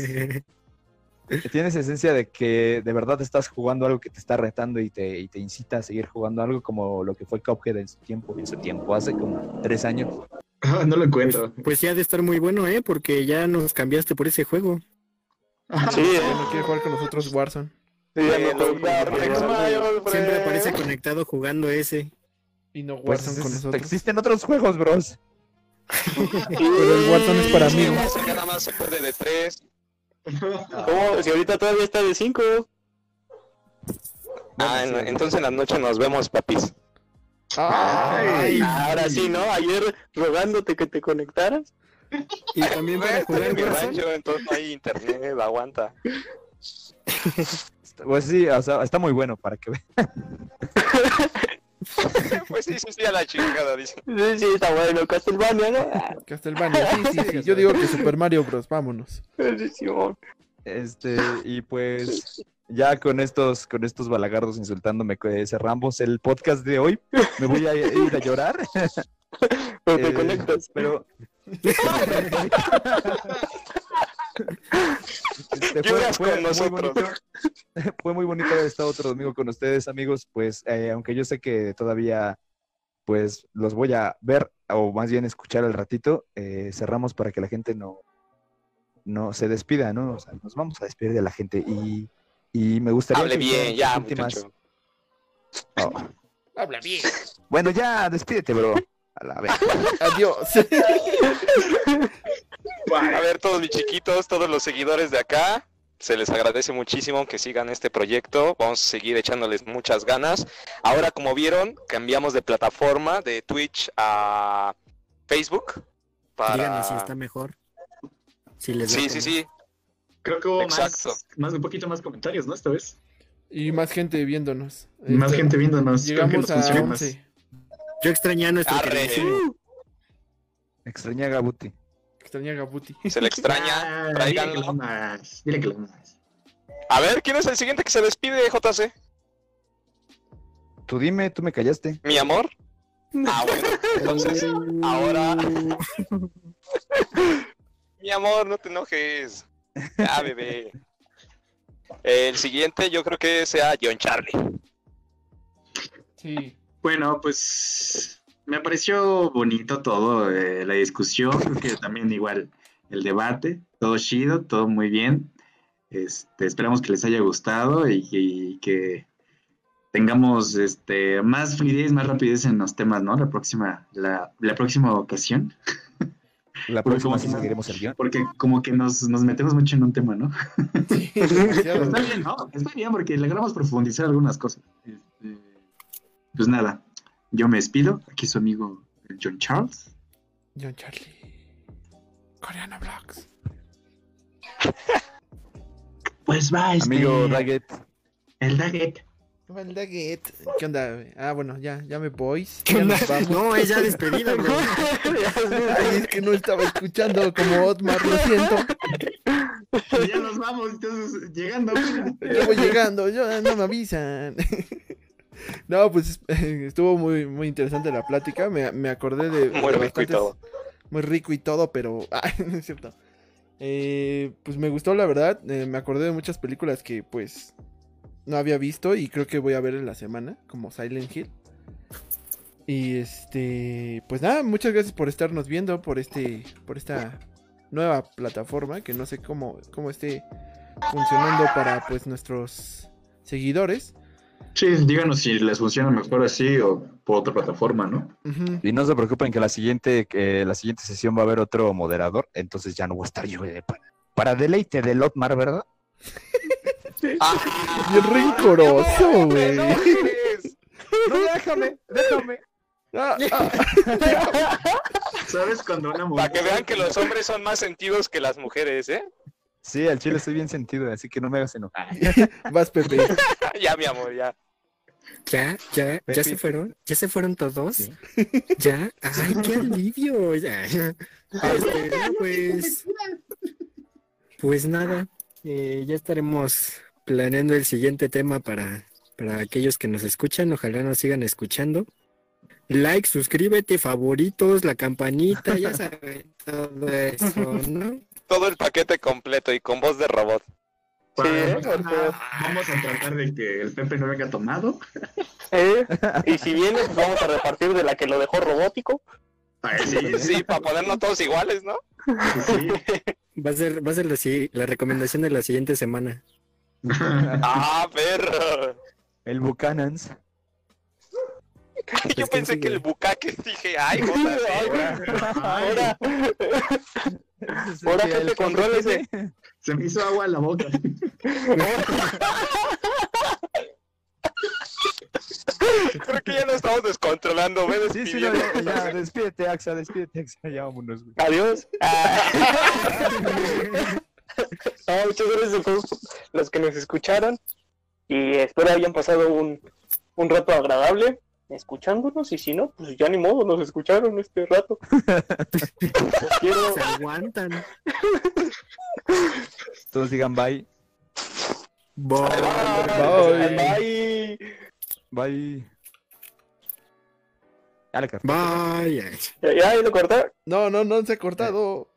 tiene esa esencia de que de verdad estás jugando algo que te está retando y te, y te incita a seguir jugando algo como lo que fue Cuphead en su tiempo, en su tiempo, hace como tres años. Ah, [LAUGHS] no lo Pues, encuentro. pues ya ha de estar muy bueno, ¿eh? Porque ya nos cambiaste por ese juego. Sí, Ya eh. no quiere jugar con nosotros Warzone. Sí, ya Eh, me acuerdo. lo jugaron, Ya, Rex Mayo, güey. Siempre aparece conectado jugando ese. Y no Pues Warzone es- con nosotros. existen otros juegos, bros. Pero el Warzone es para Sí, amigos. güey, nada más se puede de tres. Pues, [LAUGHS] ¿Cómo? Si ahorita todavía está de 5. Ah, en- entonces en la noche nos vemos, papis. Ay. Ahora sí, ¿no? Ayer rogándote que te conectaras. Y también para Estoy en jugar mi Warzone. rancho, entonces no hay internet, aguanta. [LAUGHS] Pues sí, o sea, está muy bueno para que vean. Pues sí, sí, sí, a la chingada, dice. Sí, sí, está bueno. Castlevania, [LAUGHS] ¿no? Castlevania. Sí, sí, sí. Yo digo que Super Mario Bros. Vámonos. Ah, sí, Simón. Este, y pues ya con estos, con estos balagardos insultándome que cerramos el podcast de hoy. Me voy a ir a llorar. Pero te Eh, conectas. Pero. Este, Lloras con muy nosotros. bonito- [LAUGHS] fue muy bonito haber estado otro domingo con ustedes, amigos. Pues, eh, aunque yo sé que todavía, pues, los voy a ver, o más bien escuchar al ratito, eh, cerramos para que la gente no, no se despida, ¿no? O sea, nos vamos a despedir de la gente y, y me gustaría. Hable que hicieran bien, sus ya, últimas- muchacho. Oh. Habla bien. Bueno, ya, despídete, bro. A la vez. Adiós. [LAUGHS] A ver, todos mis chiquitos, todos los seguidores de acá, se les agradece muchísimo que sigan este proyecto. Vamos a seguir echándoles muchas ganas. Ahora, como vieron, cambiamos de plataforma de Twitch a Facebook. Para... Díganos Ah. si está mejor. Si les Sí, late sí, más. sí. Creo que hubo Exacto. más, más, un poquito más comentarios, ¿no? Esta vez. Y más gente viéndonos. Más Este, gente viéndonos. Creo que Llegamos nos a funciona más. 11. Yo extrañé a nuestro Arre. queridísimo. [LAUGHS] Extrañé a Gabuti. Extraña Gabuti. Se le extraña. [LAUGHS] Ah, tráiganlo. dile que lo amas, Dile que lo amas. A ver, ¿quién es el siguiente que se despide, JC? Tú dime, tú me callaste. ¿Mi amor? Ah, bueno. Entonces, ahora. Mi amor, no te enojes. Ya, bebé. El siguiente yo creo que sea John Charlie. Sí. Bueno, pues me pareció bonito todo, eh, la discusión, [LAUGHS] creo que también igual el debate, todo chido, todo muy bien. Este, esperamos que les haya gustado y, y que tengamos este, más fluidez, más rapidez en los temas, ¿no? La próxima, la, la próxima ocasión, La Porque próxima como sí que no- seguiremos el guión. porque como que nos, nos metemos mucho en un tema, ¿no? Sí, Pero demasiado. está bien, ¿no? Está bien porque logramos profundizar algunas cosas. Este, pues nada, yo me despido. Aquí su amigo el John Charles. John Charlie. Coreano Vlogs. Pues va, este, Amigo Daggett, el Daggett. ¿Qué onda? güey? Ah, bueno, ya, ya me voy. ¿Qué Ya onda? [LAUGHS] nos vamos. No, es ya despedida, bro. Ay, es que no estaba escuchando como Otmar, lo siento. Ya nos vamos, entonces, llegando. Yo voy llegando, yo no me avisan. No, pues [LAUGHS] estuvo muy, muy interesante la plática. Me, me acordé de. Muy de rico y bastantes- todo. Muy rico y todo, pero. [LAUGHS] Ah, no es cierto. Eh, pues me gustó, la verdad. Eh, me acordé de muchas películas que, pues. No había visto y creo que voy a ver en la semana, como Silent Hill. Y este. Pues nada, muchas gracias por estarnos viendo, por este. Por esta nueva plataforma que no sé cómo, cómo esté funcionando para pues nuestros seguidores. Sí, díganos si les funciona mejor así o por otra plataforma, ¿no? Ujú. y no se preocupen que la siguiente, que la siguiente sesión va a haber otro moderador, entonces ya no voy a estar yo. eh, para, para deleite del Otmar, ¿verdad? Bien rencoroso, ¡No te güey. enojes! No, déjame, déjame. Ah, ah, ¿Sabes cuando una mujer. Para que vean que los hombres son más sentidos que las mujeres, ¿eh? [LAUGHS] Sí, al chile estoy bien sentido, así que no me hagas enojar. vas, Pepe. Ah, Ya, mi amor, ya. Ya, ya, ya se fueron, ya se fueron todos. Ya, ay, qué alivio. ya. Este, no, pues, pues nada, Eh, ya estaremos planeando el siguiente tema para, para aquellos que nos escuchan. Ojalá nos sigan escuchando. Like, suscríbete, favoritos, la campanita, ya saben todo eso, ¿no? Todo el paquete completo y con voz de robot. Para- ¿eh? Porque- Vamos a tratar de que el Pepe no venga tomado. ¿Eh? Y si vienes, pues vamos a repartir de la que lo dejó robótico. Ay, sí, Sí, [LAUGHS] sí, para ponernos todos iguales, ¿no? sí. Va a ser, va a ser la, si- la recomendación de la siguiente semana. Ah, perro. El Buchanan's. Yo Pues, ¿quién pensé que el sigue? bucaque [LAUGHS] dije, ay, joder, Ahora, Ahora, gente, contrólese. [LAUGHS] Se me hizo agua en la boca. creo que ya nos estamos descontrolando, ¿ves? Sí, sí, no, ya, ya, despídete, Axa, despídete, Axa, ya vámonos, güey. adiós. Ah, muchas gracias a todos los que nos escucharon. Y espero hayan pasado un, un rato agradable escuchándonos. Y si no, pues ya ni modo, nos escucharon este rato. Los quiero. Se aguantan. Todos digan bye. Bye. Bye. Bye. Bye. A la carta. Bye. Ya, ya, lo corté. No, no, no se ha cortado.